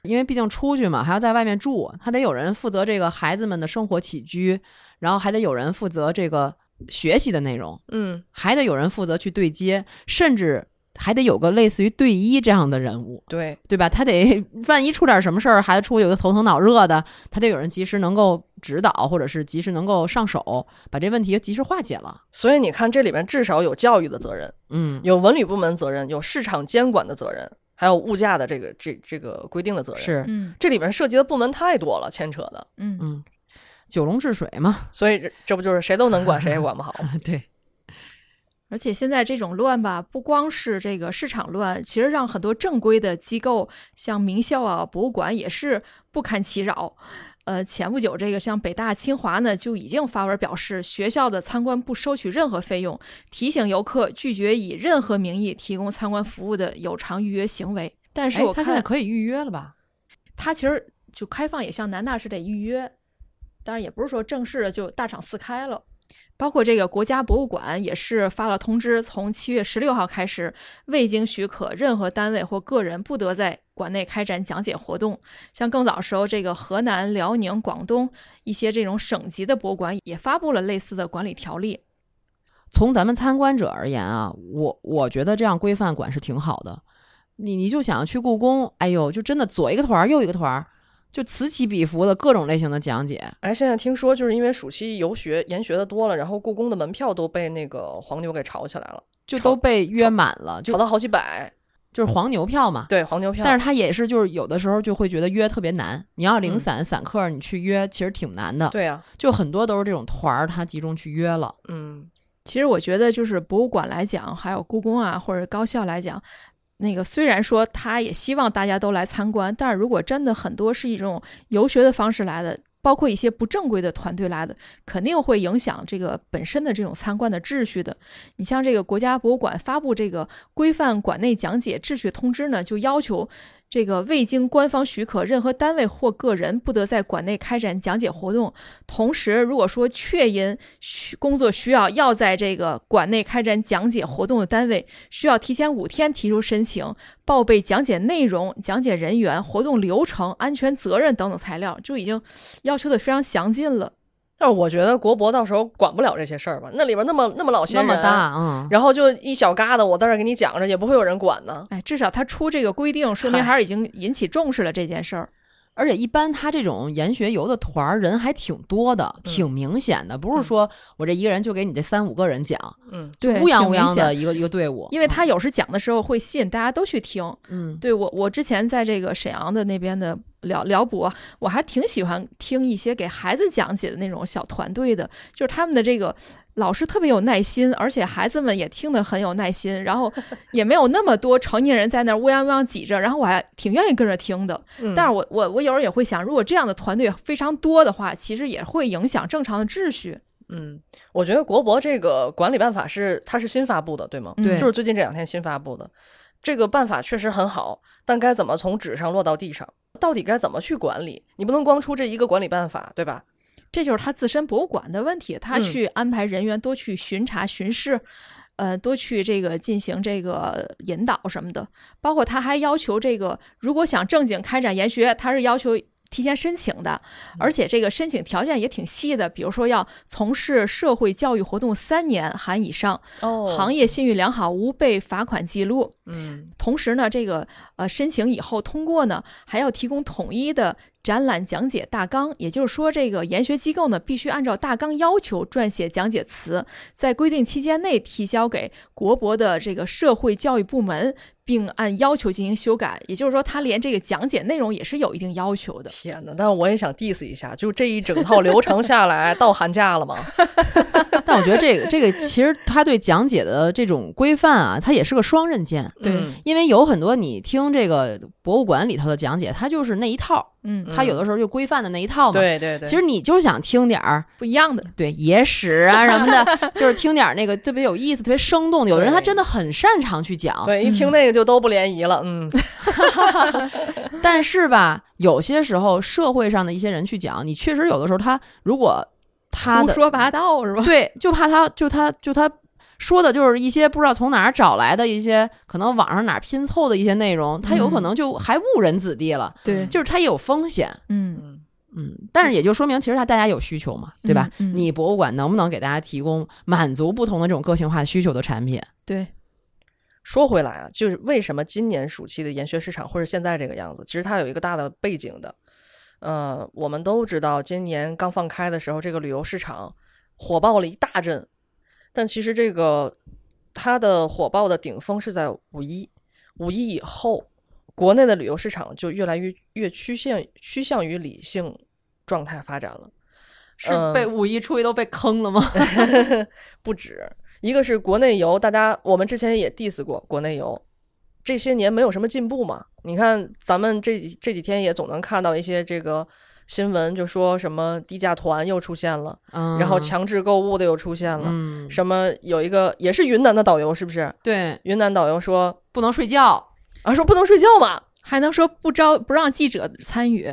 Speaker 2: 因为毕竟出去嘛，还要在外面住，他得有人负责这个孩子们的生活起居，然后还得有人负责这个学习的内容，
Speaker 3: 嗯，
Speaker 2: 还得有人负责去对接，甚至还得有个类似于队医这样的人物，
Speaker 3: 对，
Speaker 2: 对吧？他得万一出点什么事儿，孩子出去有个头疼脑热的，他得有人及时能够指导，或者是及时能够上手，把这问题及时化解了。
Speaker 3: 所以你看这里面至少有教育的责任。
Speaker 2: 嗯，
Speaker 3: 有文旅部门责任，有市场监管的责任，还有物价的这个这这个规定的责任。，
Speaker 2: 是，
Speaker 4: 嗯
Speaker 3: 这里面涉及的部门太多了，牵扯的，
Speaker 4: 嗯
Speaker 2: 嗯，九龙治水嘛，
Speaker 3: 所以这这不就是谁都能管，谁也管不好。
Speaker 2: 对，
Speaker 4: 而且现在这种乱吧，不光是这个市场乱，其实让很多正规的机构，像名校啊、博物馆也是不堪其扰。呃，前不久这个像北大、清华呢，就已经发文表示，学校的参观不收取任何费用，提醒游客拒绝以任何名义提供参观服务的有偿预约行为。但是
Speaker 2: 哎
Speaker 4: 我
Speaker 2: 他
Speaker 4: 看
Speaker 2: 现在可以预约了吧？
Speaker 4: 它其实就开放也像南大是得预约，当然也不是说正式的就大厂四开了。包括这个国家博物馆也是发了通知，从七月十六号开始，未经许可，任何单位或个人不得在馆内开展讲解活动。像更早时候，这个河南、辽宁、广东一些这种省级的博物馆也发布了类似的管理条例。
Speaker 2: 从咱们参观者而言啊，我我觉得这样规范管是挺好的。你你就想去故宫，哎呦，就真的左一个团儿右一个团儿，就此起彼伏的各种类型的讲解。
Speaker 3: 哎，现在听说就是因为暑期游学研学的多了，然后故宫的门票都被那个黄牛给炒起来了，
Speaker 2: 就
Speaker 3: 炒
Speaker 2: 都被约满了，
Speaker 3: 炒
Speaker 2: 就
Speaker 3: 到好几百。
Speaker 2: 就是黄牛票嘛。
Speaker 3: 对，黄牛票。
Speaker 2: 但
Speaker 3: 是
Speaker 2: 是他也是，就是有的时候就会觉得约特别难。你要零散散客，你去约其实挺难的。
Speaker 3: 嗯对啊呀、
Speaker 2: 就很多都是这种团儿，他集中去约了。
Speaker 3: 嗯，
Speaker 4: 其实我觉得，就是博物馆来讲，还有故宫啊，或者高校来讲，那个虽然说他也希望大家都来参观，但是如果真的很多是一种游学的方式来的，包括一些不正规的团队来的，肯定会影响这个本身的这种参观的秩序的。你像这个国家博物馆发布这个规范馆内讲解秩序通知呢，就要求。这个未经官方许可，任何单位或个人不得在馆内开展讲解活动。同时，如果说确因需工作需要要在这个馆内开展讲解活动的单位，需要提前五天提出申请，报备讲解内容、讲解人员、活动流程、安全责任等等材料，就已经要求的非常详尽了。
Speaker 3: 但是我觉得国博到时候管不了这些事儿吧，那里边那么那么老些
Speaker 2: 那
Speaker 3: 人，
Speaker 2: 么大，嗯，
Speaker 3: 然后就一小疙瘩，我在这儿给你讲着，也不会有人管呢。
Speaker 4: 哎，至少他出这个规定，说明
Speaker 2: 嗨
Speaker 4: 还是已经引起重视了这件事儿。
Speaker 2: 而且一般他这种研学游的团儿人还挺多的，挺明显的，不是
Speaker 3: 嗯
Speaker 2: 说我这一个人就给你这三五个人讲，
Speaker 3: 嗯，
Speaker 4: 对，
Speaker 2: 乌泱
Speaker 4: 挺
Speaker 2: 乌
Speaker 4: 明
Speaker 2: 泱
Speaker 4: 显
Speaker 2: 的一嗯个一个队伍，
Speaker 4: 因为他有时讲的时候会吸引大家都去听。
Speaker 2: 嗯，
Speaker 4: 对我，我之前在这个沈阳的那边的辽辽博，我还挺喜欢听一些给孩子讲解的那种小团队的，就是他们的这个老师特别有耐心，而且孩子们也听得很有耐心，然后也没有那么多成年人在那儿乌泱乌泱挤着，然后我还挺愿意跟着听的。
Speaker 3: 嗯
Speaker 4: 但是我我我有时候也会想，如果这样的团队非常多的话，其实也会影响正常的秩序。
Speaker 3: 嗯，我觉得国博这个管理办法是它是新发布的，对吗？
Speaker 2: 对
Speaker 3: 就是最近这两天新发布的。这个办法确实很好，但该怎么从纸上落到地上，到底该怎么去管理？你不能光出这一个管理办法，对吧？
Speaker 4: 这就是他自身博物馆的问题，他
Speaker 3: 嗯
Speaker 4: 去安排人员多去巡查、巡视，呃，多去这个进行这个引导什么的。包括他还要求这个，如果想正经开展研学，他是要求提前申请的，
Speaker 3: 嗯
Speaker 4: 而且这个申请条件也挺细的，比如说要从事社会教育活动三年含以上，
Speaker 3: 哦
Speaker 4: 行
Speaker 3: 业，
Speaker 4: 业信誉良好，无被罚款记录。
Speaker 3: 嗯
Speaker 4: 同时呢，这个呃申请以后通过呢，还要提供统一的展览讲解大纲，也就是说，这个研学机构呢必须按照大纲要求撰写讲解词，在规定期间内提交给国博的这个社会教育部门，并按要求进行修改。也就是说，他连这个讲解内容也是有一定要求的。
Speaker 3: 天哪！但我也想 diss 一下，就这一整套流程下来， 到寒假 了吗？
Speaker 2: 但我觉得这个这个其实他对讲解的这种规范啊，它也是个双刃剑，
Speaker 4: 对
Speaker 3: 嗯
Speaker 2: 因为有很多你听这个博物馆里头的讲解，它就是那一套，
Speaker 4: 嗯，
Speaker 2: 它有的时候就规范的那一套嘛。
Speaker 3: 对对对，
Speaker 2: 其实你就是想听点儿
Speaker 4: 不一样的。
Speaker 2: 对野史啊什么的，就是听点儿那个特别有意思、特别生动的。有的人他
Speaker 3: 对
Speaker 2: 真的很擅长去讲，
Speaker 3: 对一听那个就都不联谊了，嗯，
Speaker 2: 但是吧，有些时候社会上的一些人去讲，你确实有的时候他如果他
Speaker 4: 胡
Speaker 2: 的
Speaker 4: 说八 道是吧？
Speaker 2: 对，就怕他就他就他说的就是一些不知道从哪儿找来的一些可能网上哪儿拼凑的一些内容，他有可
Speaker 4: 嗯
Speaker 2: 能就还误人子弟了，
Speaker 4: 对
Speaker 2: 就是他也有风险。
Speaker 4: 嗯，
Speaker 2: 嗯，但是也就说明，其实他大家有需求嘛，对吧？
Speaker 4: 嗯嗯
Speaker 2: 你博物馆能不能给大家提供满足不同的这种个性化需求的产品？
Speaker 4: 对，
Speaker 3: 说回来啊，就是为什么今年暑期的研学市场或者现在这个样子，其实它有一个大的背景的。呃，我们都知道，今年刚放开的时候，这个旅游市场火爆了一大阵，但其实这个它的火爆的顶峰是在五一，五一以后，国内的旅游市场就越来越越趋向趋向于理性状态发展了。
Speaker 2: 是
Speaker 3: 嗯
Speaker 2: 被五一、初一都被坑了吗？
Speaker 3: 不止，一个是国内游，大家我们之前也 diss 过国内游，这些年没有什么进步嘛。你看咱们这几这几天也总能看到一些这个新闻，就说什么低价团又出现了，
Speaker 2: 嗯，
Speaker 3: 然后强制购物的又出现了，
Speaker 2: 嗯，
Speaker 3: 什么有一个也是云南的导游，是不是？
Speaker 2: 对，
Speaker 3: 云南导游说
Speaker 2: 不能睡觉，
Speaker 3: 啊，说不能睡觉嘛
Speaker 4: 还能说不招不让记者参与，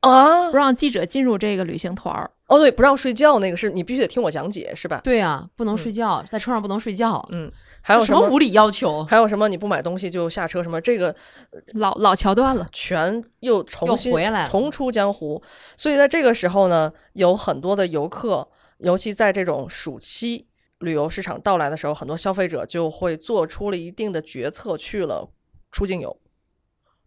Speaker 3: 啊
Speaker 4: 不，让记者进入这个旅行团儿。
Speaker 3: 哦对，不让睡觉那个是你必须得听我讲解是吧？
Speaker 2: 对啊，不能睡觉，在车上不能睡觉，
Speaker 3: 嗯，还有
Speaker 2: 这什
Speaker 3: 么
Speaker 2: 么无理要求？
Speaker 3: 还有什么你不买东西就下车什么这个
Speaker 4: 老老桥段了。
Speaker 3: 全又重新
Speaker 2: 又回来了
Speaker 3: 重出江湖。所以在这个时候呢，有很多的游客，尤其在这种暑期旅游市场到来的时候，很多消费者就会做出了一定的决策，去了出境游，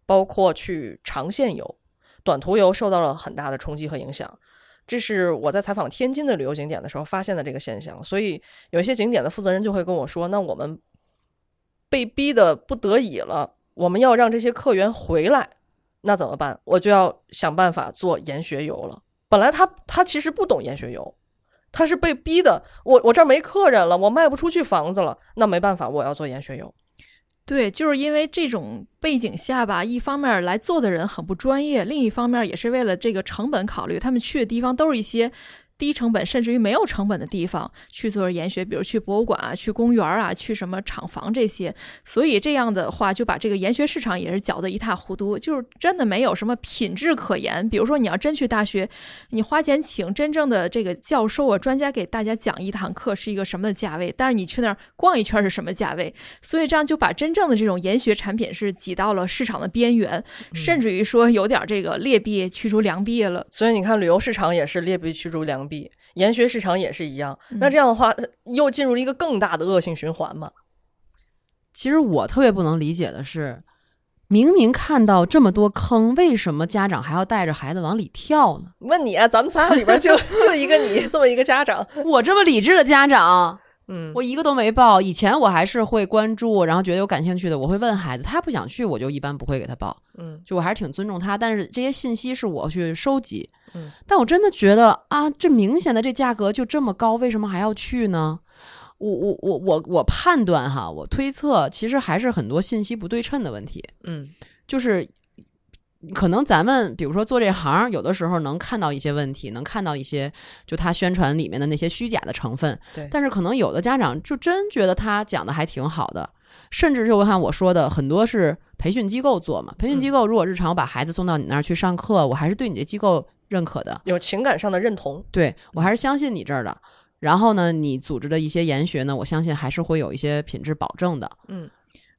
Speaker 3: 包括去长线游、短途游，受到了很大的冲击和影响。这是我在采访天津的旅游景点的时候发现的这个现象，所以有一些景点的负责人就会跟我说：“那我们被逼的不得已了，我们要让这些客源回来，那怎么办？我就要想办法做研学游了。本来他他其实不懂研学游，他是被逼的。我我这儿没客人了，我卖不出去房子了，那没办法，我要做研学游。
Speaker 4: 对，就是因为这种背景下吧，一方面来做的人很不专业，另一方面也是为了这个成本考虑，他们去的地方都是一些低成本甚至于没有成本的地方去做研学，比如去博物馆啊、去公园啊、去什么厂房这些，所以这样的话就把这个研学市场也是搅得一塌糊涂，就是真的没有什么品质可言。比如说你要真去大学，你花钱请真正的这个教授啊、专家给大家讲一堂课是一个什么的价位，但是你去那儿逛一圈是什么价位，所以这样就把真正的这种研学产品是挤到了市场的边缘，甚至于说有点这个劣币驱逐良币了。
Speaker 3: 所以你看，旅游市场也是劣币驱逐良币，研学市场也是一样。那
Speaker 4: 嗯
Speaker 3: 这样的话，呃又进入了一个更大的恶性循环嘛？
Speaker 2: 其实我特别不能理解的是，明明看到这么多坑，为什么家长还要带着孩子往里跳呢？
Speaker 3: 问你啊，咱们仨里边就 就一个你这么一个家长，
Speaker 2: 我这么理智的家长，
Speaker 3: 嗯，
Speaker 2: 我一个都没报。以前我还是会关注，然后觉得有感兴趣的，我会问孩子，他不想去，我就一般不会给他报。
Speaker 3: 嗯
Speaker 2: 就我还是挺尊重他，但是这些信息是我去收集。
Speaker 3: 嗯，
Speaker 2: 但我真的觉得啊，这明显的这价格就这么高，为什么还要去呢？我我我我我判断哈，我推测其实还是很多信息不对称的问题，
Speaker 3: 嗯
Speaker 2: 就是可能咱们比如说做这行，有的时候能看到一些问题，能看到一些就他宣传里面的那些虚假的成分，
Speaker 3: 对
Speaker 2: 但是可能有的家长就真觉得他讲的还挺好的，甚至就像我说的，很多是培训机构做嘛。培训机构如果日常我把孩子送到你那儿去上课，我还是对你这机构认可的，
Speaker 3: 有情感上的认同，
Speaker 2: 对我还是相信你这儿的。然后呢，你组织的一些研学呢，我相信还是会有一些品质保证的。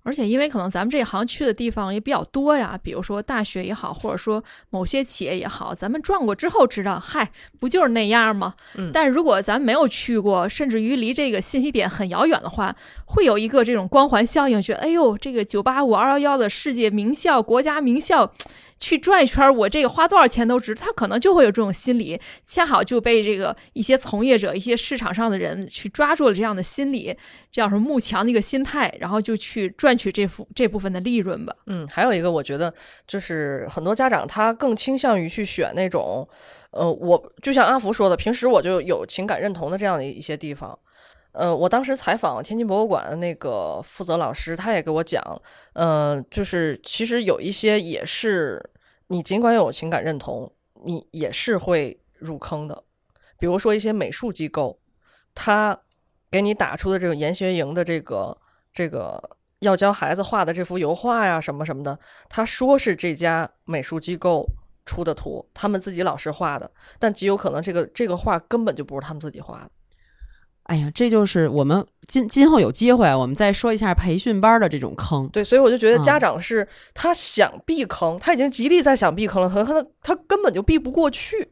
Speaker 4: 而且因为可能咱们这一行去的地方也比较多呀，比如说大学也好，或者说某些企业也好，咱们转过之后知道，嗨，不就是那样吗？
Speaker 3: 嗯
Speaker 4: 但如果咱没有去过，甚至于离这个信息点很遥远的话，会有一个这种光环效应，觉得哎呦，这个九八五、二幺幺的世界名校、国家名校。去转一圈儿，我这个花多少钱都值。他可能就会有这种心理，恰好就被这个一些从业者、一些市场上的人去抓住了这样的心理，叫什么慕强的一个心态，然后就去赚取这幅这部分的利润吧。
Speaker 3: 嗯，还有一个，我觉得就是很多家长他更倾向于去选那种，呃，我就像阿福说的，平时我就有情感认同的这样的一些地方。呃，我当时采访天津博物馆的那个负责老师，他也给我讲，呃，就是其实有一些也是你尽管有情感认同，你也是会入坑的。比如说一些美术机构，他给你打出的这种研学营的这个这个要教孩子画的这幅油画呀，什么什么的，他说是这家美术机构出的图，他们自己老师画的，但极有可能这个这个画根本就不是他们自己画的。
Speaker 2: 哎呀，这就是我们今今后有机会，啊我们再说一下培训班的这种坑。
Speaker 3: 对，所以我就觉得
Speaker 2: 嗯
Speaker 3: 家长是他想避坑，他已经极力在想避坑了，可他他根本就避不过去。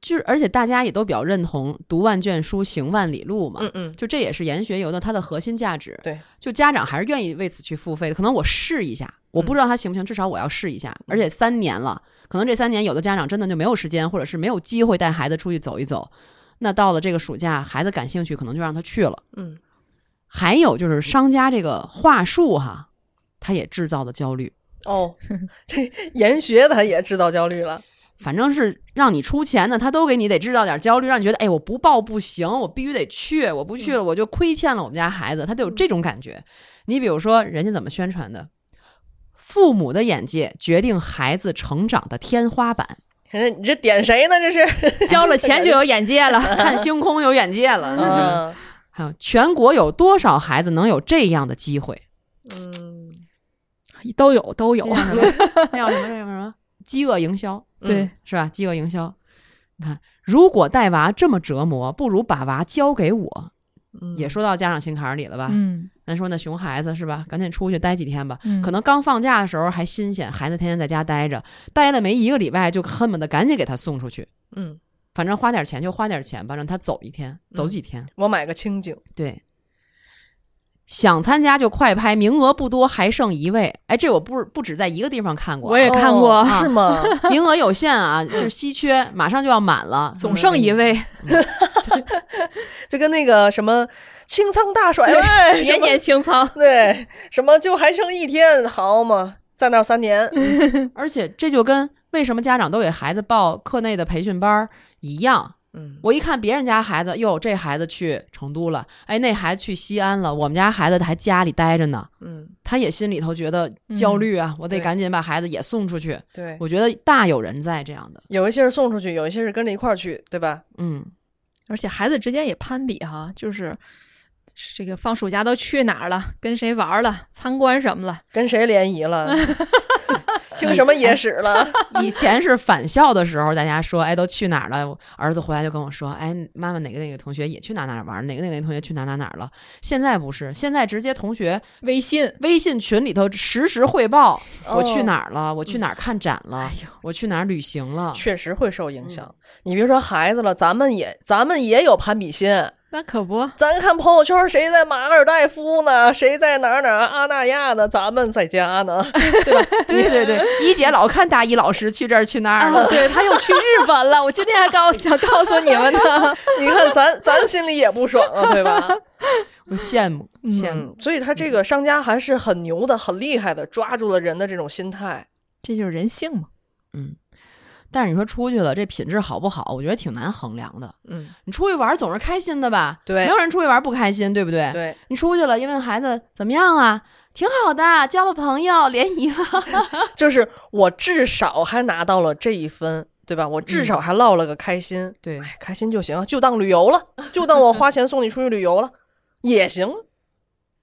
Speaker 2: 就是而且大家也都比较认同“读万卷书，行万里路”嘛。
Speaker 3: 嗯嗯，
Speaker 2: 就这也是研学游的它的核心价值。
Speaker 3: 对，
Speaker 2: 就家长还是愿意为此去付费的。可能我试一下，我
Speaker 3: 嗯
Speaker 2: 不知道它行不行，至少我要试一下。而且三年了，可能这三年有的家长真的就没有时间，或者是没有机会带孩子出去走一走。那到了这个暑假，孩子感兴趣，可能就让他去了。
Speaker 3: 嗯，
Speaker 2: 还有就是商家这个话术哈，他也制造的焦虑，
Speaker 3: 哦， 这研学他也制造焦虑了。
Speaker 2: 反正是让你出钱的，他都给你得制造点焦虑，让你觉得哎，我不报不行，我必须得去，我不去了我就亏欠了我们家孩子，他就有这种感觉。你比如说，人家怎么宣传的？父母的眼界决定孩子成长的天花板，
Speaker 3: 可是你这点谁呢？这是，
Speaker 4: 交了钱就有眼界了。
Speaker 2: 看星空有眼界了。
Speaker 3: 嗯
Speaker 2: 还有全国有多少孩子能有这样的机会？
Speaker 3: 嗯，
Speaker 4: 都有都有
Speaker 2: 那，叫什 么？那叫什么？那叫什么？饥饿营销。
Speaker 4: 对，
Speaker 2: 是吧？饥饿营销。你看，如果带娃这么折磨，不如把娃交给我。
Speaker 3: 嗯
Speaker 2: 也说到家长心坎儿里了吧？
Speaker 4: 嗯，
Speaker 2: 咱说那熊孩子是吧？赶紧出去待几天吧。
Speaker 4: 嗯
Speaker 2: 可能刚放假的时候还新鲜，孩子天天在家待着，待了没一个礼拜，就恨不得赶紧给他送出去。
Speaker 3: 嗯，
Speaker 2: 反正花点钱就花点钱吧，让他走一天，
Speaker 4: 嗯
Speaker 2: 走几天。
Speaker 3: 我买个清净。
Speaker 2: 对，想参加就快拍，名额不多，还剩一位。哎，这我不不止在一个地方看过啊，
Speaker 4: 我也 看过
Speaker 3: 哦是吗？
Speaker 2: 名额有限啊，就是稀缺，马上就要满了，
Speaker 4: 总剩一位，
Speaker 3: 就跟那个什么清仓大甩卖，什
Speaker 4: 年
Speaker 3: 么
Speaker 4: 年清仓。
Speaker 3: 对什么就还剩一天，好嘛，再闹三年，
Speaker 2: 而且这就跟为什么家长都给孩子报课内的培训班儿一样。
Speaker 3: 嗯，
Speaker 2: 我一看别人家孩子，哟，这孩子去成都了，哎，那孩子去西安了，我们家孩子还家里待着呢，
Speaker 3: 嗯，
Speaker 2: 他也心里头觉得焦虑啊，我得
Speaker 3: 对
Speaker 2: 赶紧把孩子也送出去。
Speaker 3: 对，
Speaker 2: 我觉得大有人在这样的，
Speaker 3: 有一些是送出去，有一些是跟着一块儿去，对吧？
Speaker 2: 嗯，
Speaker 4: 而且孩子之间也攀比哈、就是是这个放暑假都去哪儿了，跟谁玩儿了，参观什么了，
Speaker 3: 跟谁联谊了？听什么野史了？
Speaker 2: 以前是返校的时候，大家说，哎，都去哪儿了？我儿子回来就跟我说，哎，妈妈哪个哪个同学也去哪哪儿玩，哪个哪个同学去哪哪哪儿了。现在不是，现在直接同学
Speaker 4: 微信
Speaker 2: 微信群里头实时汇报，我去
Speaker 3: 哦
Speaker 2: 哪儿了，我去哪儿看展了，
Speaker 4: 呦
Speaker 2: 我去哪儿旅行了。
Speaker 3: 确实会受影响。你别说孩子了，咱们也咱们也有攀比心。
Speaker 4: 那可不，
Speaker 3: 咱看朋友圈，谁在马尔代夫呢？谁在哪儿哪儿阿那亚呢？咱们在家呢。
Speaker 2: 对对 对，一姐老看大一老师去这儿去那儿
Speaker 4: 啊
Speaker 2: 了，，
Speaker 4: 对他又去日本 了，我今天还告想告诉你们呢。
Speaker 3: 你看咱咱心里也不爽啊，对吧？
Speaker 2: 我羡慕羡慕。
Speaker 3: 嗯，所以他这个商家还是很牛的，很厉害的，抓住了人的这种心态。
Speaker 4: 这就是人性 嘛。
Speaker 2: 嗯但是你说出去了，这品质好不好，我觉得挺难衡量的。
Speaker 3: 嗯，
Speaker 2: 你出去玩儿总是开心的吧？
Speaker 3: 对
Speaker 2: 没有人出去玩儿不开心，对不对？
Speaker 3: 对，
Speaker 2: 你出去了，一问孩子怎么样啊？挺好的，交了朋友，联谊了。
Speaker 3: 就是我至少还拿到了这一分，对吧？我至少还落了个开心。
Speaker 2: 对
Speaker 3: 哎，开心就行，就当旅游了，就当我花钱送你出去旅游了，也行。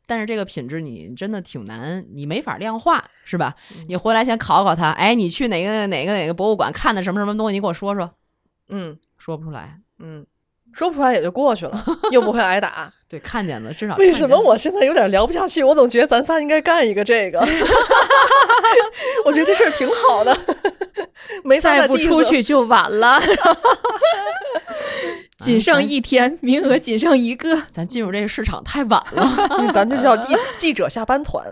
Speaker 2: 但是这个品质你真的挺难，你没法量化，是吧？
Speaker 3: 嗯
Speaker 2: 你回来先考考他，哎，你去哪个哪个哪个博物馆看的什么什么东西，你给我说说，
Speaker 3: 嗯
Speaker 2: 说不出来。
Speaker 3: 嗯，说不出来也就过去了，又不会挨打。
Speaker 2: 对，看见了，至少
Speaker 3: 为
Speaker 2: 看
Speaker 3: 什
Speaker 2: 见
Speaker 3: 么
Speaker 2: 了
Speaker 3: 我现在有点聊不下去？我总觉得咱仨应该干一个这个。 我觉得这事儿挺好的，没法
Speaker 4: 再不
Speaker 3: 地
Speaker 4: 出
Speaker 3: 子
Speaker 4: 去就晚 了，仅剩一天，名额仅剩一个。
Speaker 2: 咱进入这个市场太晚了，
Speaker 3: 咱就叫记记者下班团。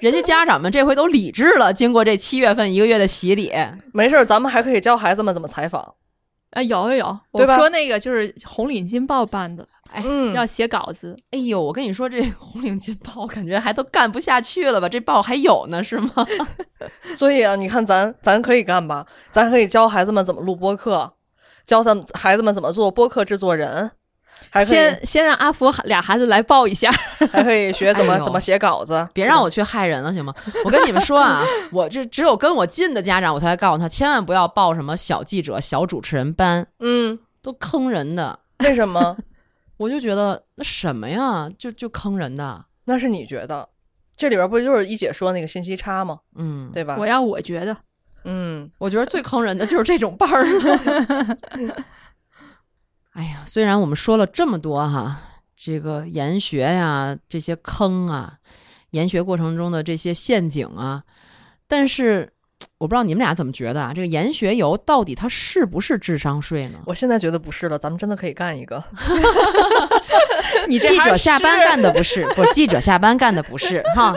Speaker 2: 人家家长们这回都理智了，经过这七月份一个月的洗礼，哎
Speaker 3: 没事儿，咱们还可以教孩子们怎么采访。
Speaker 4: 啊，有有有，
Speaker 3: 对
Speaker 4: 我
Speaker 3: 吧
Speaker 4: 说那个就是红领巾报办的，
Speaker 3: 嗯
Speaker 4: 要写稿子，
Speaker 2: 哎呦，我跟你说，这红领巾报我感觉还都干不下去了吧？这报还有呢，是吗？
Speaker 3: 所以啊，你看咱咱可以干吧，咱可以教孩子们怎么录播客，教咱们孩子们怎么做播客制作人，还可以
Speaker 4: 先先让阿福俩孩子来报一下。
Speaker 3: 还可以学怎么、
Speaker 2: 哎呦
Speaker 3: 怎么写稿子。
Speaker 2: 别让我去害人了，行吗？我跟你们说啊，我这只有跟我近的家长，我才告诉他，千万不要报什么小记者、小主持人班，
Speaker 3: 嗯，
Speaker 2: 都坑人的。
Speaker 3: 为什么？
Speaker 2: 我就觉得那什么呀，就就坑人的，
Speaker 3: 那是你觉得，这里边不就是一姐说那个信息差吗？
Speaker 2: 嗯，
Speaker 3: 对吧
Speaker 4: 我？要我觉得，
Speaker 3: 嗯，
Speaker 2: 我觉得最坑人的就是这种班儿 了。哎呀，虽然我们说了这么多哈，这个研学呀，这些坑啊，研学过程中的这些陷阱啊，但是我不知道你们俩怎么觉得啊，这个研学游到底它是不是智商税呢？
Speaker 3: 我现在觉得不是了，咱们真的可以干一个。
Speaker 4: 你这
Speaker 2: 记
Speaker 4: 还
Speaker 2: 者
Speaker 4: 是
Speaker 2: 下班干的不 是，不是记者下班干的不是哈。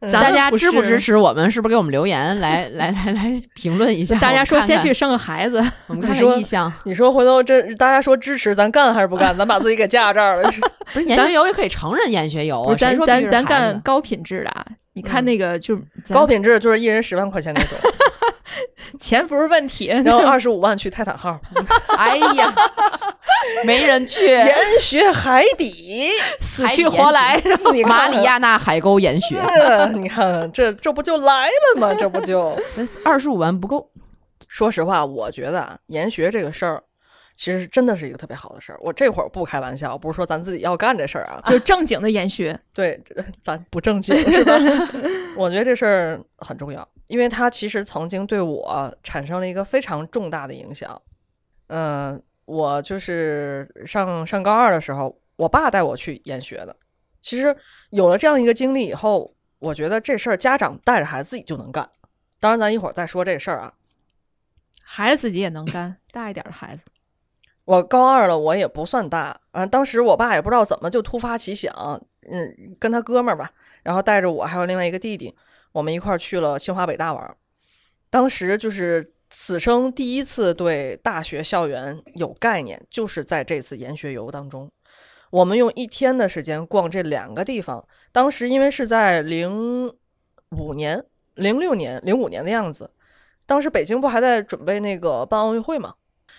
Speaker 4: 咱
Speaker 2: 大
Speaker 4: 们
Speaker 2: 家支不支
Speaker 4: 是？
Speaker 2: 持我们？是不是给我们留言来来来来评论一下？
Speaker 4: 大家说先去
Speaker 2: 去，
Speaker 4: 生个孩子，
Speaker 2: 我们看
Speaker 3: 你说
Speaker 2: 看意向。
Speaker 3: 你说回头这大家说支持，咱干还是不干？咱把自己给架这 儿了。
Speaker 2: 不是研学游也可以承认研学游
Speaker 4: 不
Speaker 2: 啊，
Speaker 4: 是咱
Speaker 2: 谁说
Speaker 4: 咱
Speaker 2: 必须是孩
Speaker 4: 咱
Speaker 2: 子
Speaker 4: 干高品质的啊！你看
Speaker 3: 嗯
Speaker 4: 那个就
Speaker 3: 高品质就是一人十万块钱那 种，
Speaker 4: 钱不是问题，
Speaker 3: 然后二十五万去泰坦 号，
Speaker 2: 哎呀，没人去
Speaker 3: 研学海底。
Speaker 4: 死去活来。
Speaker 3: 你
Speaker 2: 马
Speaker 3: 看
Speaker 2: 里亚纳海沟研学，
Speaker 3: 嗯，你看看这这不就来了吗？这不就
Speaker 2: 二十五万不够。
Speaker 3: 说实话，我觉得啊，研学这个事儿，其实真的是一个特别好的事儿。我这会儿不开玩笑，不是说咱自己要干这事儿啊，
Speaker 4: 就正经的研学，
Speaker 3: 对，这咱不正经是吧？ 我觉得这事儿很重要，因为它其实曾经对我产生了一个非常重大的影响。嗯、我就是上上高二的时候，我爸带我去研学的。其实有了这样一个经历以后，我觉得这事儿家长带着孩子自己就能干。当然，咱一会儿再说这事儿啊。
Speaker 4: 孩子自己也能干，大一点的孩子。
Speaker 3: 我高二了，我也不算大啊。当时我爸也不知道怎么就突发奇想，嗯，跟他哥们儿吧，然后带着我还有另外一个弟弟，我们一块儿去了清华北大玩儿。当时就是此生第一次对大学校园有概念，就是在这次研学游当中，我们用一天的时间逛这两个地方。当时因为是在零五年、零六年、零五年的样子，当时北京不还在准备那个办奥运会吗？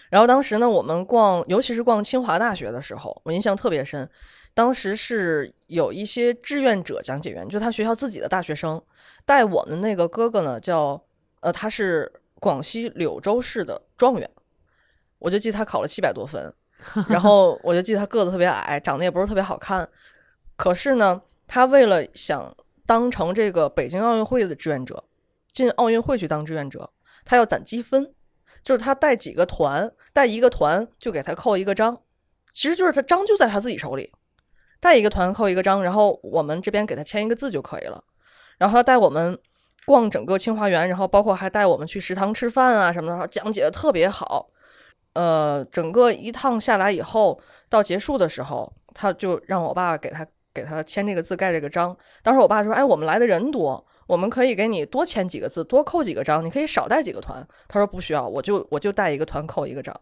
Speaker 3: 然后当时呢，我们逛，尤其是逛清华大学的时候，我印象特别深。当时是有一些志愿者讲解员，就他学校自己的大学生，带我们那个哥哥呢，叫呃，他是广西柳州市的状元，我就记得他考了七百多分，然后我就记得他个子特别矮，长得也不是特别好看，可是呢，他为了想当成这个北京奥运会的志愿者，进奥运会去当志愿者，他要攒积分，就是他带几个团，带一个团就给他扣一个章，其实就是他章就在他自己手里，带一个团扣一个章，然后我们这边给他签一个字就可以了。然后他带我们逛整个清华园，然后包括还带我们去食堂吃饭啊什么的，讲解的特别好。呃，整个一趟下来以后，到结束的时候，他就让我爸给他给他签这个字，盖这个章。当时我爸说：“哎，我们来的人多，我们可以给你多签几个字，多扣几个章，你可以少带几个团。”他说：“不需要，我就我就带一个团扣一个章。”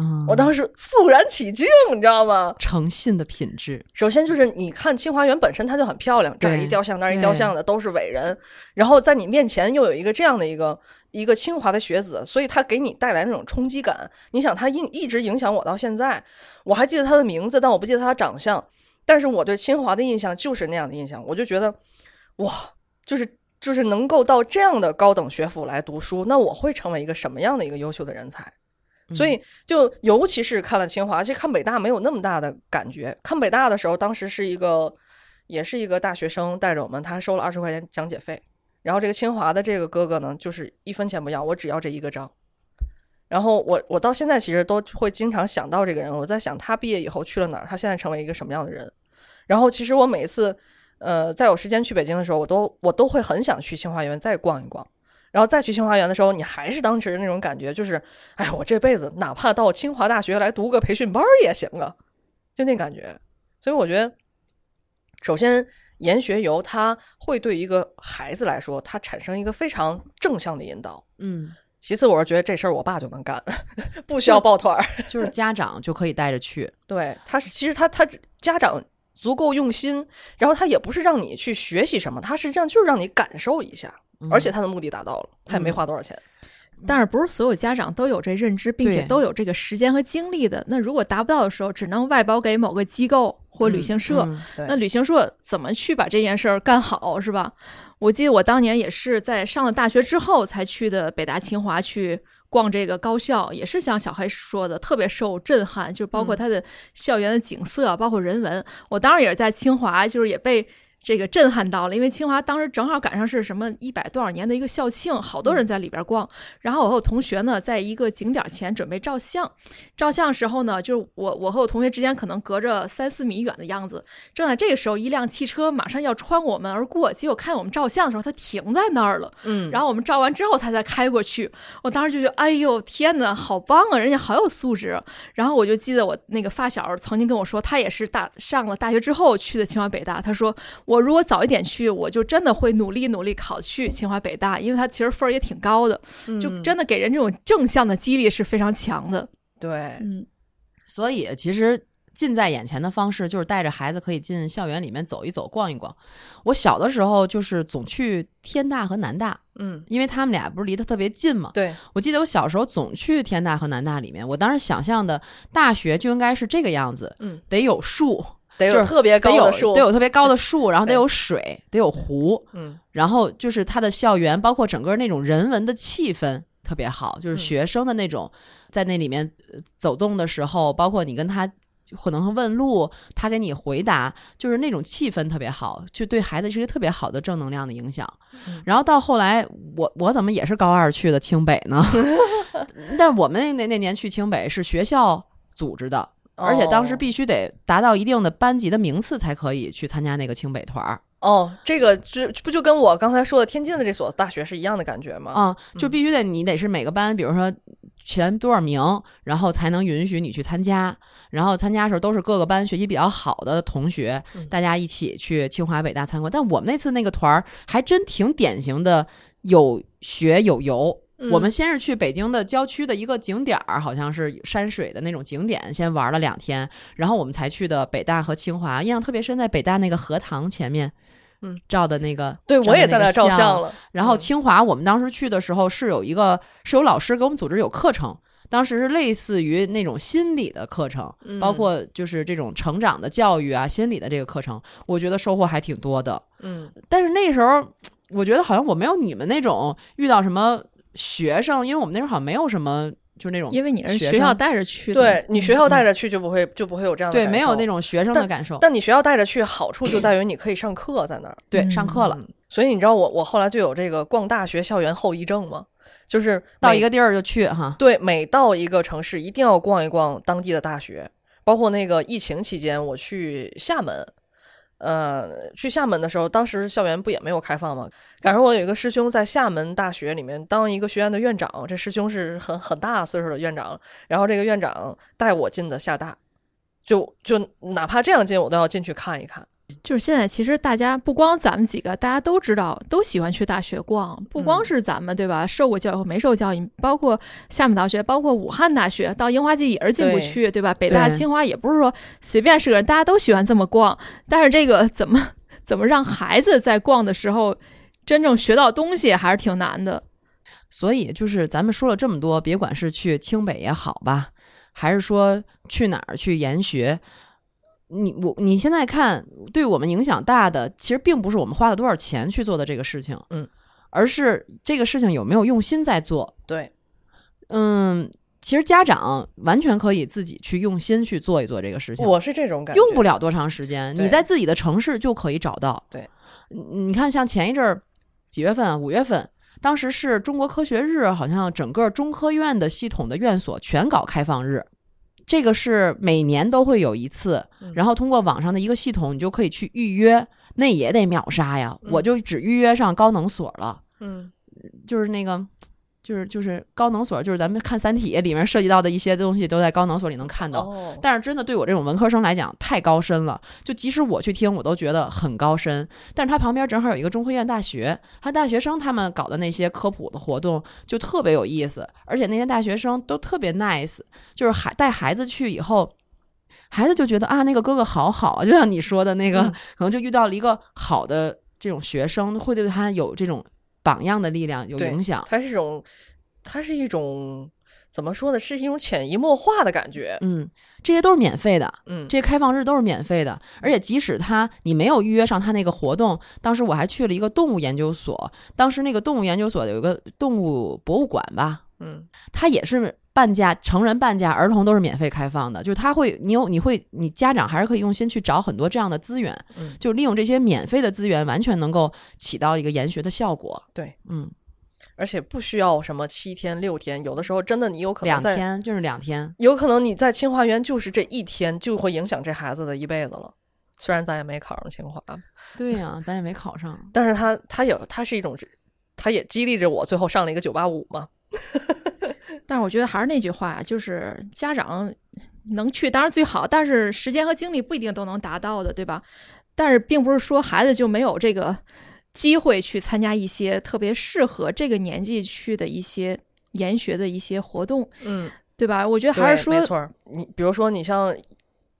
Speaker 2: 嗯，
Speaker 3: 我当时肃然起敬，你知道吗？
Speaker 2: 诚信的品质，
Speaker 3: 首先就是你看清华园本身它就很漂亮，这儿
Speaker 2: 对
Speaker 3: 一雕像那儿一
Speaker 2: 对
Speaker 3: 雕像的都是伟人，然后在你面前又有一个这样的一个一个清华的学子，所以他给你带来那种冲击感。你想他一一直影响我到现在，我还记得他的名字，但我不记得他的长相，但是我对清华的印象就是那样的印象，我就觉得哇，就是就是能够到这样的高等学府来读书，那我会成为一个什么样的一个优秀的人才？所以就尤其是看了清华，其实看北大没有那么大的感觉。看北大的时候，当时是一个，也是一个大学生带着我们，他收了二十块钱讲解费。然后这个清华的这个哥哥呢，就是一分钱不要，我只要这一个章。然后我我到现在其实都会经常想到这个人，我在想他毕业以后去了哪儿，他现在成为一个什么样的人。然后其实我每一次，呃，在有时间去北京的时候，我都我都会很想去清华园再逛一逛。然后再去清华园的时候，你还是当时的那种感觉，就是，哎，我这辈子哪怕到清华大学来读个培训班儿也行啊，就那感觉。所以我觉得，首先研学游它会对一个孩子来说，它产生一个非常正向的引导。
Speaker 2: 嗯，
Speaker 3: 其次，我是觉得这事儿我爸就能干，不需要抱团儿。
Speaker 2: 就是家长就可以带着去，
Speaker 3: 对，他是其实他他家长足够用心，然后他也不是让你去学习什么，他实际上就是让你感受一下，
Speaker 2: 嗯
Speaker 3: 而且他的目的达到了，他也没花多少钱。
Speaker 4: 但是不是所有家长都有这认知，并且
Speaker 2: 对
Speaker 4: 都有这个时间和精力的？那如果达不到的时候，只能外包给某个机构或旅行社。
Speaker 2: 嗯
Speaker 3: 对
Speaker 4: 那旅行社怎么去把这件事儿干好，是吧？我记得我当年也是在上了大学之后才去的北大、清华去逛这个高校，也是像小黑说的，特别受震撼，就包括它的校园的景色，包括人文。我当时也是在清华，就是也被。这个震撼到了，因为清华当时正好赶上是什么一百多少年的一个校庆，好多人在里边逛。然后我和我同学呢，在一个景点前准备照相，照相时候呢，就是我我和我同学之间可能隔着三四米远的样子，正在这个时候，一辆汽车马上要穿我们而过，结果看我们照相的时候，它停在那儿了。
Speaker 3: 嗯
Speaker 4: 然后我们照完之后，它才开过去。我当时就觉得，哎呦天哪，好棒啊，人家好有素质。然后我就记得我那个发小曾经跟我说，他也是大上了大学之后去的清华北大。他说，我如果早一点去，我就真的会努力努力考去清华北大，因为他其实分儿也挺高的，就真的给人这种正向的激励是非常强的。
Speaker 3: 对，
Speaker 4: 嗯，
Speaker 2: 所以其实近在眼前的方式就是带着孩子可以进校园里面走一走、逛一逛。我小的时候就是总去天大和南大，
Speaker 3: 嗯，
Speaker 2: 因为他们俩不是离得特别近嘛。
Speaker 3: 对，
Speaker 2: 我记得我小时候总去天大和南大里面，我当时想象的大学就应该是这个样子，
Speaker 3: 嗯，
Speaker 2: 得有树，
Speaker 3: 得
Speaker 2: 就
Speaker 3: 有
Speaker 2: 是
Speaker 3: 特别
Speaker 2: 得
Speaker 3: 高
Speaker 2: 有
Speaker 3: 的树，
Speaker 2: 得有特别高的树，然后得
Speaker 3: 对
Speaker 2: 有水，得有湖，
Speaker 3: 嗯
Speaker 2: 然后就是它的校园，包括整个那种人文的气氛特别好，就是
Speaker 3: 嗯
Speaker 2: 学生的那种在那里面呃走动的时候，包括你跟他可能问路，他给你回答，就是那种气氛特别好，就对孩子是一个特别好的正能量的影响。
Speaker 3: 嗯
Speaker 2: 然后到后来，我我怎么也是高二去的清北 呢？但我们那那年去清北是学校组织的，而且
Speaker 3: 哦
Speaker 2: 当时必须得达到一定的班级的名次才可以去参加那个清北团儿。
Speaker 3: 哦，这个就不就跟我刚才说的天津的这所大学是一样的感觉吗？
Speaker 2: 啊、就必须得你得是每个班，比如说前多少名，然后才能允许你去参加。然后参加的时候都是各个班学习比较好的同学，
Speaker 3: 嗯
Speaker 2: 大家一起去清华北大参观。但我们那次那个团儿还真挺典型的，有学有游。
Speaker 3: 嗯
Speaker 2: 我们先是去北京的郊区的一个景点儿，好像是山水的那种景点，先玩了两天，然后我们才去的北大和清华。印象特别深，在北大那个荷塘前面，
Speaker 3: 嗯，
Speaker 2: 照的那个，
Speaker 3: 对我也
Speaker 2: 的那
Speaker 3: 在那
Speaker 2: 个
Speaker 3: 照
Speaker 2: 像
Speaker 3: 相了，
Speaker 2: 然后
Speaker 3: 嗯
Speaker 2: 清华，我们当时去的时候是有一个是有老师给我们组织有课程，当时是类似于那种心理的课程，包
Speaker 3: 嗯
Speaker 2: 括就是这种成长的教育啊、心理的这个课程，我觉得收获还挺多的。
Speaker 3: 嗯
Speaker 2: 但是那时候我觉得好像我没有你们那种遇到什么学生，因为我们那时候好像没有什么就那种
Speaker 4: 因为你是
Speaker 2: 学
Speaker 4: 学校
Speaker 2: 生
Speaker 4: 带着去的，
Speaker 3: 对你学校带着去就不会就不会有这样的
Speaker 2: 对
Speaker 3: 感
Speaker 2: 没有
Speaker 3: 受
Speaker 2: 那种学生的感受，
Speaker 3: 但你学校带着去，好处就在于你可以上课在那儿。
Speaker 2: 对上课了。
Speaker 3: 嗯所以你知道我我后来就有这个逛大学校园后遗症吗？就是
Speaker 2: 到
Speaker 3: 每
Speaker 2: 一个地儿就去哈，
Speaker 3: 对，每到一个城市一定要逛一逛当地的大学，包括那个疫情期间我去厦门，呃，去厦门的时候，当时校园不也没有开放吗？赶上我有一个师兄在厦门大学里面当一个学院的院长，这师兄是很很大岁数的院长，然后这个院长带我进的厦大，就就哪怕这样进我都要进去看一看。
Speaker 4: 就是现在，其实大家不光咱们几个，大家都知道，都喜欢去大学逛。不光是咱们，对吧？受过教育或没受教育，包括厦门大学，包括武汉大学，到樱花季也是进不去，对吧？北大、
Speaker 2: 对
Speaker 4: 清华也不是说随便是个人，大家都喜欢这么逛。但是这个怎么 怎么让孩子在逛的时候真正学到东西，还是挺难的。
Speaker 2: 所以就是咱们说了这么多，别管是去清北也好吧，还是说去哪儿去研学，你我你现在看对我们影响大的，其实并不是我们花了多少钱去做的这个事情，
Speaker 3: 嗯，
Speaker 2: 而是这个事情有没有用心在做。
Speaker 3: 对，
Speaker 2: 嗯，其实家长完全可以自己去用心去做一做这个事情。
Speaker 3: 我是这种感觉，
Speaker 2: 用不了多长时间，
Speaker 3: 对
Speaker 2: 你在自己的城市就可以找到。
Speaker 3: 对
Speaker 2: 嗯，你看，像前一阵儿几月份啊？五月份，当时是中国科学日，好像整个中科院的系统的院所全搞开放日。这个是每年都会有一次
Speaker 3: 嗯，
Speaker 2: 然后通过网上的一个系统，你就可以去预约，那也得秒杀呀！
Speaker 3: 嗯
Speaker 2: 我就只预约上高能所了，
Speaker 3: 嗯，
Speaker 2: 就是那个，就是就是高能所，就是咱们看《三体》里面涉及到的一些东西，都在高能所里能看到。
Speaker 3: 哦，
Speaker 2: 但是真的对我这种文科生来讲太高深了，就即使我去听，我都觉得很高深。但是它旁边正好有一个中科院大学，它大学生他们搞的那些科普的活动就特别有意思，而且那些大学生都特别 nice，就是孩带孩子去以后。孩子就觉得啊，那个哥哥好好啊，就像你说的那个，
Speaker 3: 嗯
Speaker 2: 可能就遇到了一个好的这种学生，会对他有这种榜样的力量，有
Speaker 3: 对
Speaker 2: 影响。
Speaker 3: 它是一种，它是一种怎么说呢？是一种潜移默化的感觉。
Speaker 2: 嗯，这些都是免费的，
Speaker 3: 嗯，
Speaker 2: 这些开放日都是免费的，而且即使他你没有预约上他那个活动，当时我还去了一个动物研究所，当时那个动物研究所有一个动物博物馆吧，
Speaker 3: 嗯
Speaker 2: 它也是半价，成人半价，儿童都是免费开放的，就是他会你有你会你家长还是可以用心去找很多这样的资源，
Speaker 3: 嗯
Speaker 2: 就利用这些免费的资源，完全能够起到一个研学的效果。
Speaker 3: 对，
Speaker 2: 嗯，
Speaker 3: 而且不需要什么七天六天，有的时候真的你有可能
Speaker 2: 两
Speaker 3: 在，
Speaker 2: 天就是两天，
Speaker 3: 有可能你在清华园就是这一天就会影响这孩子的一辈子了。虽然咱也没考上清华，
Speaker 2: 对呀、咱也没考上，
Speaker 3: 但是他他有他是一种，他也激励着我，最后上了一个九八五嘛。
Speaker 4: 但是我觉得还是那句话，就是家长能去当然最好，但是时间和精力不一定都能达到的，对吧？但是并不是说孩子就没有这个机会去参加一些特别适合这个年纪去的一些研学的一些活动，
Speaker 3: 嗯，
Speaker 4: 对吧？我觉得
Speaker 3: 对
Speaker 4: 还是说
Speaker 3: 没，错儿。你比如说，你像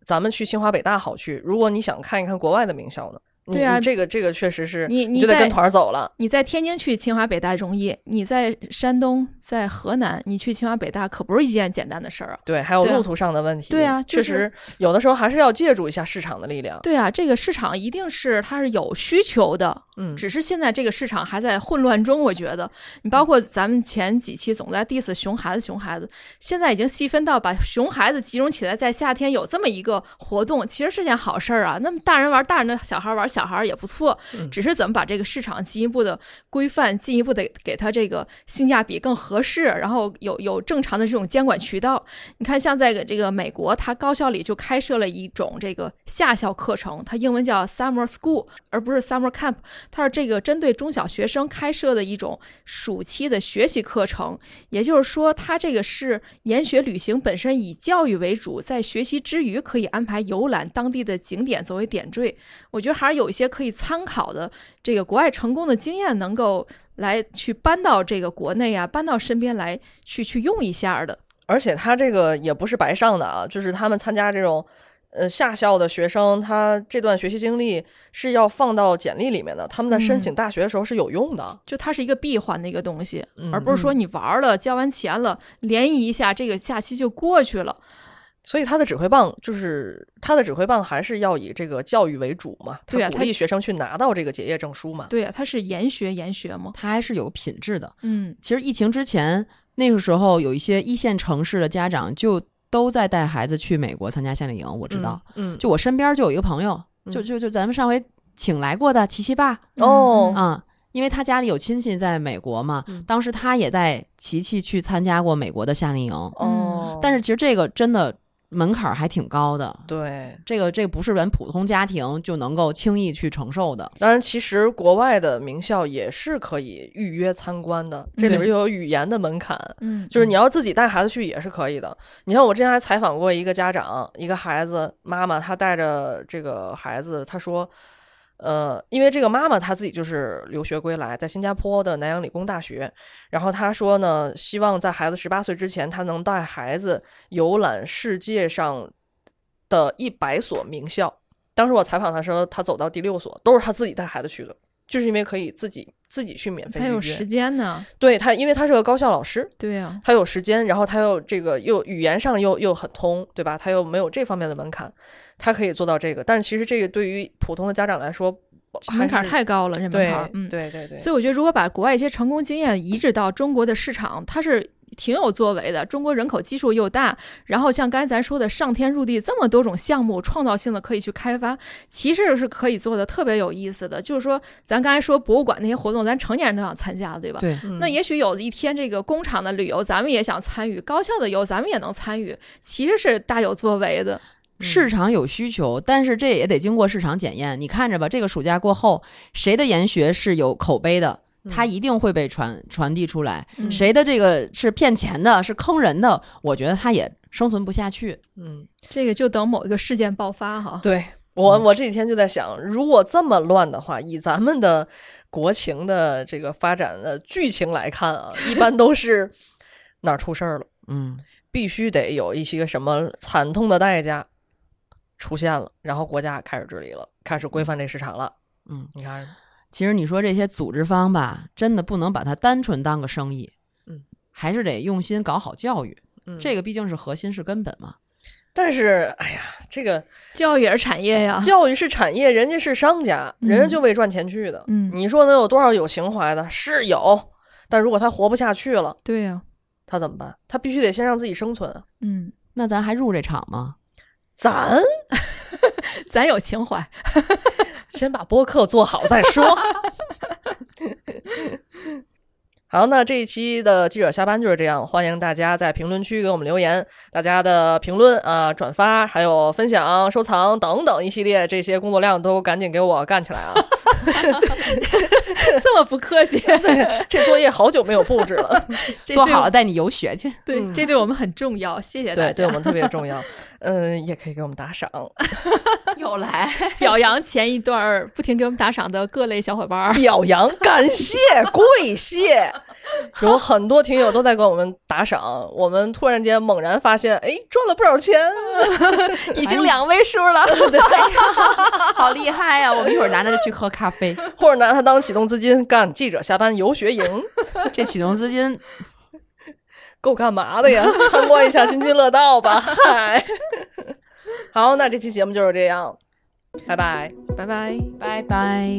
Speaker 3: 咱们去清华北大好去，如果你想看一看国外的名校呢，你
Speaker 4: 对啊
Speaker 3: 你这个这个确实是
Speaker 4: 你
Speaker 3: 你
Speaker 4: 你
Speaker 3: 就得
Speaker 4: 在
Speaker 3: 跟团儿走了。
Speaker 4: 你在天津去清华北大容易，你在山东、在河南，你去清华北大可不是一件简单的事儿啊。
Speaker 3: 对，还有
Speaker 4: 对啊
Speaker 3: 路途上的问题。
Speaker 4: 对啊就
Speaker 3: 确
Speaker 4: 是
Speaker 3: 实有的时候还是要借助一下市场的力量。
Speaker 4: 对啊，这个市场一定是它是有需求的，
Speaker 3: 嗯，
Speaker 4: 只是现在这个市场还在混乱中，我觉得你包括咱们前几期总在 diss 熊孩子，熊孩子，现在已经细分到把熊孩子集中起来，在夏天有这么一个活动，其实是件好事儿啊。那么大人玩大人的，小孩玩小孩也不错
Speaker 3: 嗯，
Speaker 4: 只是怎么把这个市场进一步的规范，进一步的给它这个性价比更合适，然后有有正常的这种监管渠道。你看，像在这个美国，它高校里就开设了一种这个夏校课程，它英文叫 summer school，而不是 summer camp。它是这个针对中小学生开设的一种暑期的学习课程，也就是说，它这个是研学旅行本身以教育为主，在学习之余可以安排游览当地的景点作为点缀。我觉得还是有一些可以参考的这个国外成功的经验，能够来去搬到这个国内啊，搬到身边来去去用一下的。
Speaker 3: 而且他这个也不是白上的啊，就是他们参加这种呃夏校的学生，他这段学习经历是要放到简历里面的，他们在
Speaker 4: 嗯
Speaker 3: 申请大学的时候是有用的。
Speaker 4: 就它是一个闭环的一个东西，
Speaker 3: 嗯
Speaker 4: 而不是说你玩了、交完钱了、联谊一下，这个假期就过去了。
Speaker 3: 所以他的指挥棒就是他的指挥棒还是要以这个教育为主嘛，
Speaker 4: 对
Speaker 3: 他
Speaker 4: 啊
Speaker 3: 鼓
Speaker 4: 他
Speaker 3: 励学生去拿到这个结业证书嘛。
Speaker 4: 对啊呀、它是研学研学嘛。
Speaker 2: 它还是有品质的。
Speaker 4: 嗯，
Speaker 2: 其实疫情之前那个时候，有一些一线城市的家长就都在带孩子去美国参加夏令营。我知道，
Speaker 3: 嗯，嗯，
Speaker 2: 就我身边就有一个朋友，
Speaker 3: 嗯
Speaker 2: 就就就咱们上回请来过的琪琪爸
Speaker 3: 哦
Speaker 2: 啊、因为他家里有亲戚在美国嘛，
Speaker 3: 嗯
Speaker 2: 当时他也带琪琪去参加过美国的夏令营，
Speaker 3: 哦，
Speaker 2: 但是其实这个真的门槛儿还挺高的，
Speaker 3: 对，
Speaker 2: 这个这不是咱普通家庭就能够轻易去承受的。
Speaker 3: 当然，其实国外的名校也是可以预约参观的，这里边
Speaker 2: 对
Speaker 3: 又有语言的门槛，
Speaker 4: 嗯，
Speaker 3: 就是你要自己带孩子去也是可以的。你看，我之前还采访过一个家长，一个孩子妈妈，她带着这个孩子，她说，呃，因为这个妈妈她自己就是留学归来，在新加坡的南洋理工大学，然后她说呢，希望在孩子十八岁之前，她能带孩子游览世界上的一百所名校。当时我采访她说，她走到第六所，都是她自己带孩子去的，就是因为可以自己自己去免费预
Speaker 4: 他有时
Speaker 3: 约。
Speaker 4: 间呢，
Speaker 3: 对她，因为她是个高校老师，
Speaker 4: 对啊呀、
Speaker 3: 他有时间，然后他又这个又语言上又又很通，对吧？他又没有这方面的门槛，他可以做到这个。但是其实这个对于普通的家长来说，
Speaker 4: 这门槛
Speaker 3: 还是
Speaker 4: 太高了，这门
Speaker 3: 对
Speaker 4: 槛儿，嗯，
Speaker 3: 对对对，
Speaker 4: 所以我觉得，如果把国外一些成功经验移植到中国的市场，它是挺有作为的。中国人口基数又大，然后像刚才咱说的上天入地这么多种项目，创造性的可以去开发，其实是可以做的特别有意思的。就是说，咱刚才说博物馆那些活动，咱成年人都想参加，对吧？
Speaker 2: 对，
Speaker 3: 嗯
Speaker 4: 那也许有一天，这个工厂的旅游咱们也想参与，高校的游咱们也能参与，其实是大有作为的。
Speaker 2: 市场有需求，但是这也得经过市场检验。你看着吧，这个暑假过后，谁的研学是有口碑的，它一定会被传传递出来。
Speaker 4: 嗯
Speaker 2: 谁的这个是骗钱的，是坑人的，我觉得它也生存不下去。
Speaker 3: 嗯，
Speaker 4: 这个就等某一个事件爆发哈。
Speaker 3: 对
Speaker 4: 嗯
Speaker 3: 我我这几天就在想，如果这么乱的话，以咱们的国情的这个发展的剧情来看啊，一般都是哪儿出事儿了，
Speaker 2: 嗯，
Speaker 3: 必须得有一些什么惨痛的代价出现了，然后国家开始治理了，开始规范这市场了。
Speaker 2: 嗯，
Speaker 3: 你看。
Speaker 2: 其实你说这些组织方吧，真的不能把它单纯当个生意，
Speaker 3: 嗯，
Speaker 2: 还是得用心搞好教育，
Speaker 3: 嗯
Speaker 2: 这个毕竟是核心是根本嘛。
Speaker 3: 但是，哎呀，这个
Speaker 4: 教育也是产业呀，
Speaker 3: 教育是产业，人家是商家，
Speaker 4: 啊嗯
Speaker 3: 人家就为赚钱去的。
Speaker 4: 嗯
Speaker 3: 你说能有多少有情怀的？是有，但如果他活不下去了，
Speaker 4: 对呀、
Speaker 3: 他怎么办？他必须得先让自己生存啊。
Speaker 4: 嗯，
Speaker 2: 那咱还入这场吗？
Speaker 3: 咱
Speaker 4: 咱有情怀。
Speaker 3: 先把播客做好再说。好，那这一期的记者下班就是这样，欢迎大家在评论区给我们留言，大家的评论啊、转发、还有分享、收藏等等一系列这些工作量都赶紧给我干起来 啊！
Speaker 4: 这么不客气，
Speaker 3: 对，这作业好久没有布置了，
Speaker 4: 这
Speaker 2: 做
Speaker 4: 对
Speaker 2: 好
Speaker 4: 我
Speaker 2: 了，带你游学去。
Speaker 4: 对，
Speaker 3: 嗯
Speaker 4: 这对我们很重要，谢谢大
Speaker 3: 对，对
Speaker 4: 家
Speaker 3: 我。们特别重要。嗯，也可以给我们打赏，
Speaker 2: 又来，
Speaker 4: 表扬前一段儿不停给我们打赏的各类小伙伴儿，
Speaker 3: 表扬、感谢、跪谢。有很多听友都在给我们打赏，我们突然间猛然发现，哎，赚了不少钱。
Speaker 4: 已经两位数 了。
Speaker 2: 好厉害啊呀、我们一会儿拿着去喝咖啡。
Speaker 3: 或者拿它当启动资金干记者下班游学营，
Speaker 2: 这启动资金
Speaker 3: 够干嘛的呀？ 参观一下津津乐道吧，嗨。 好，那这期节目就是这样，拜拜。
Speaker 4: 拜拜。
Speaker 2: 拜拜。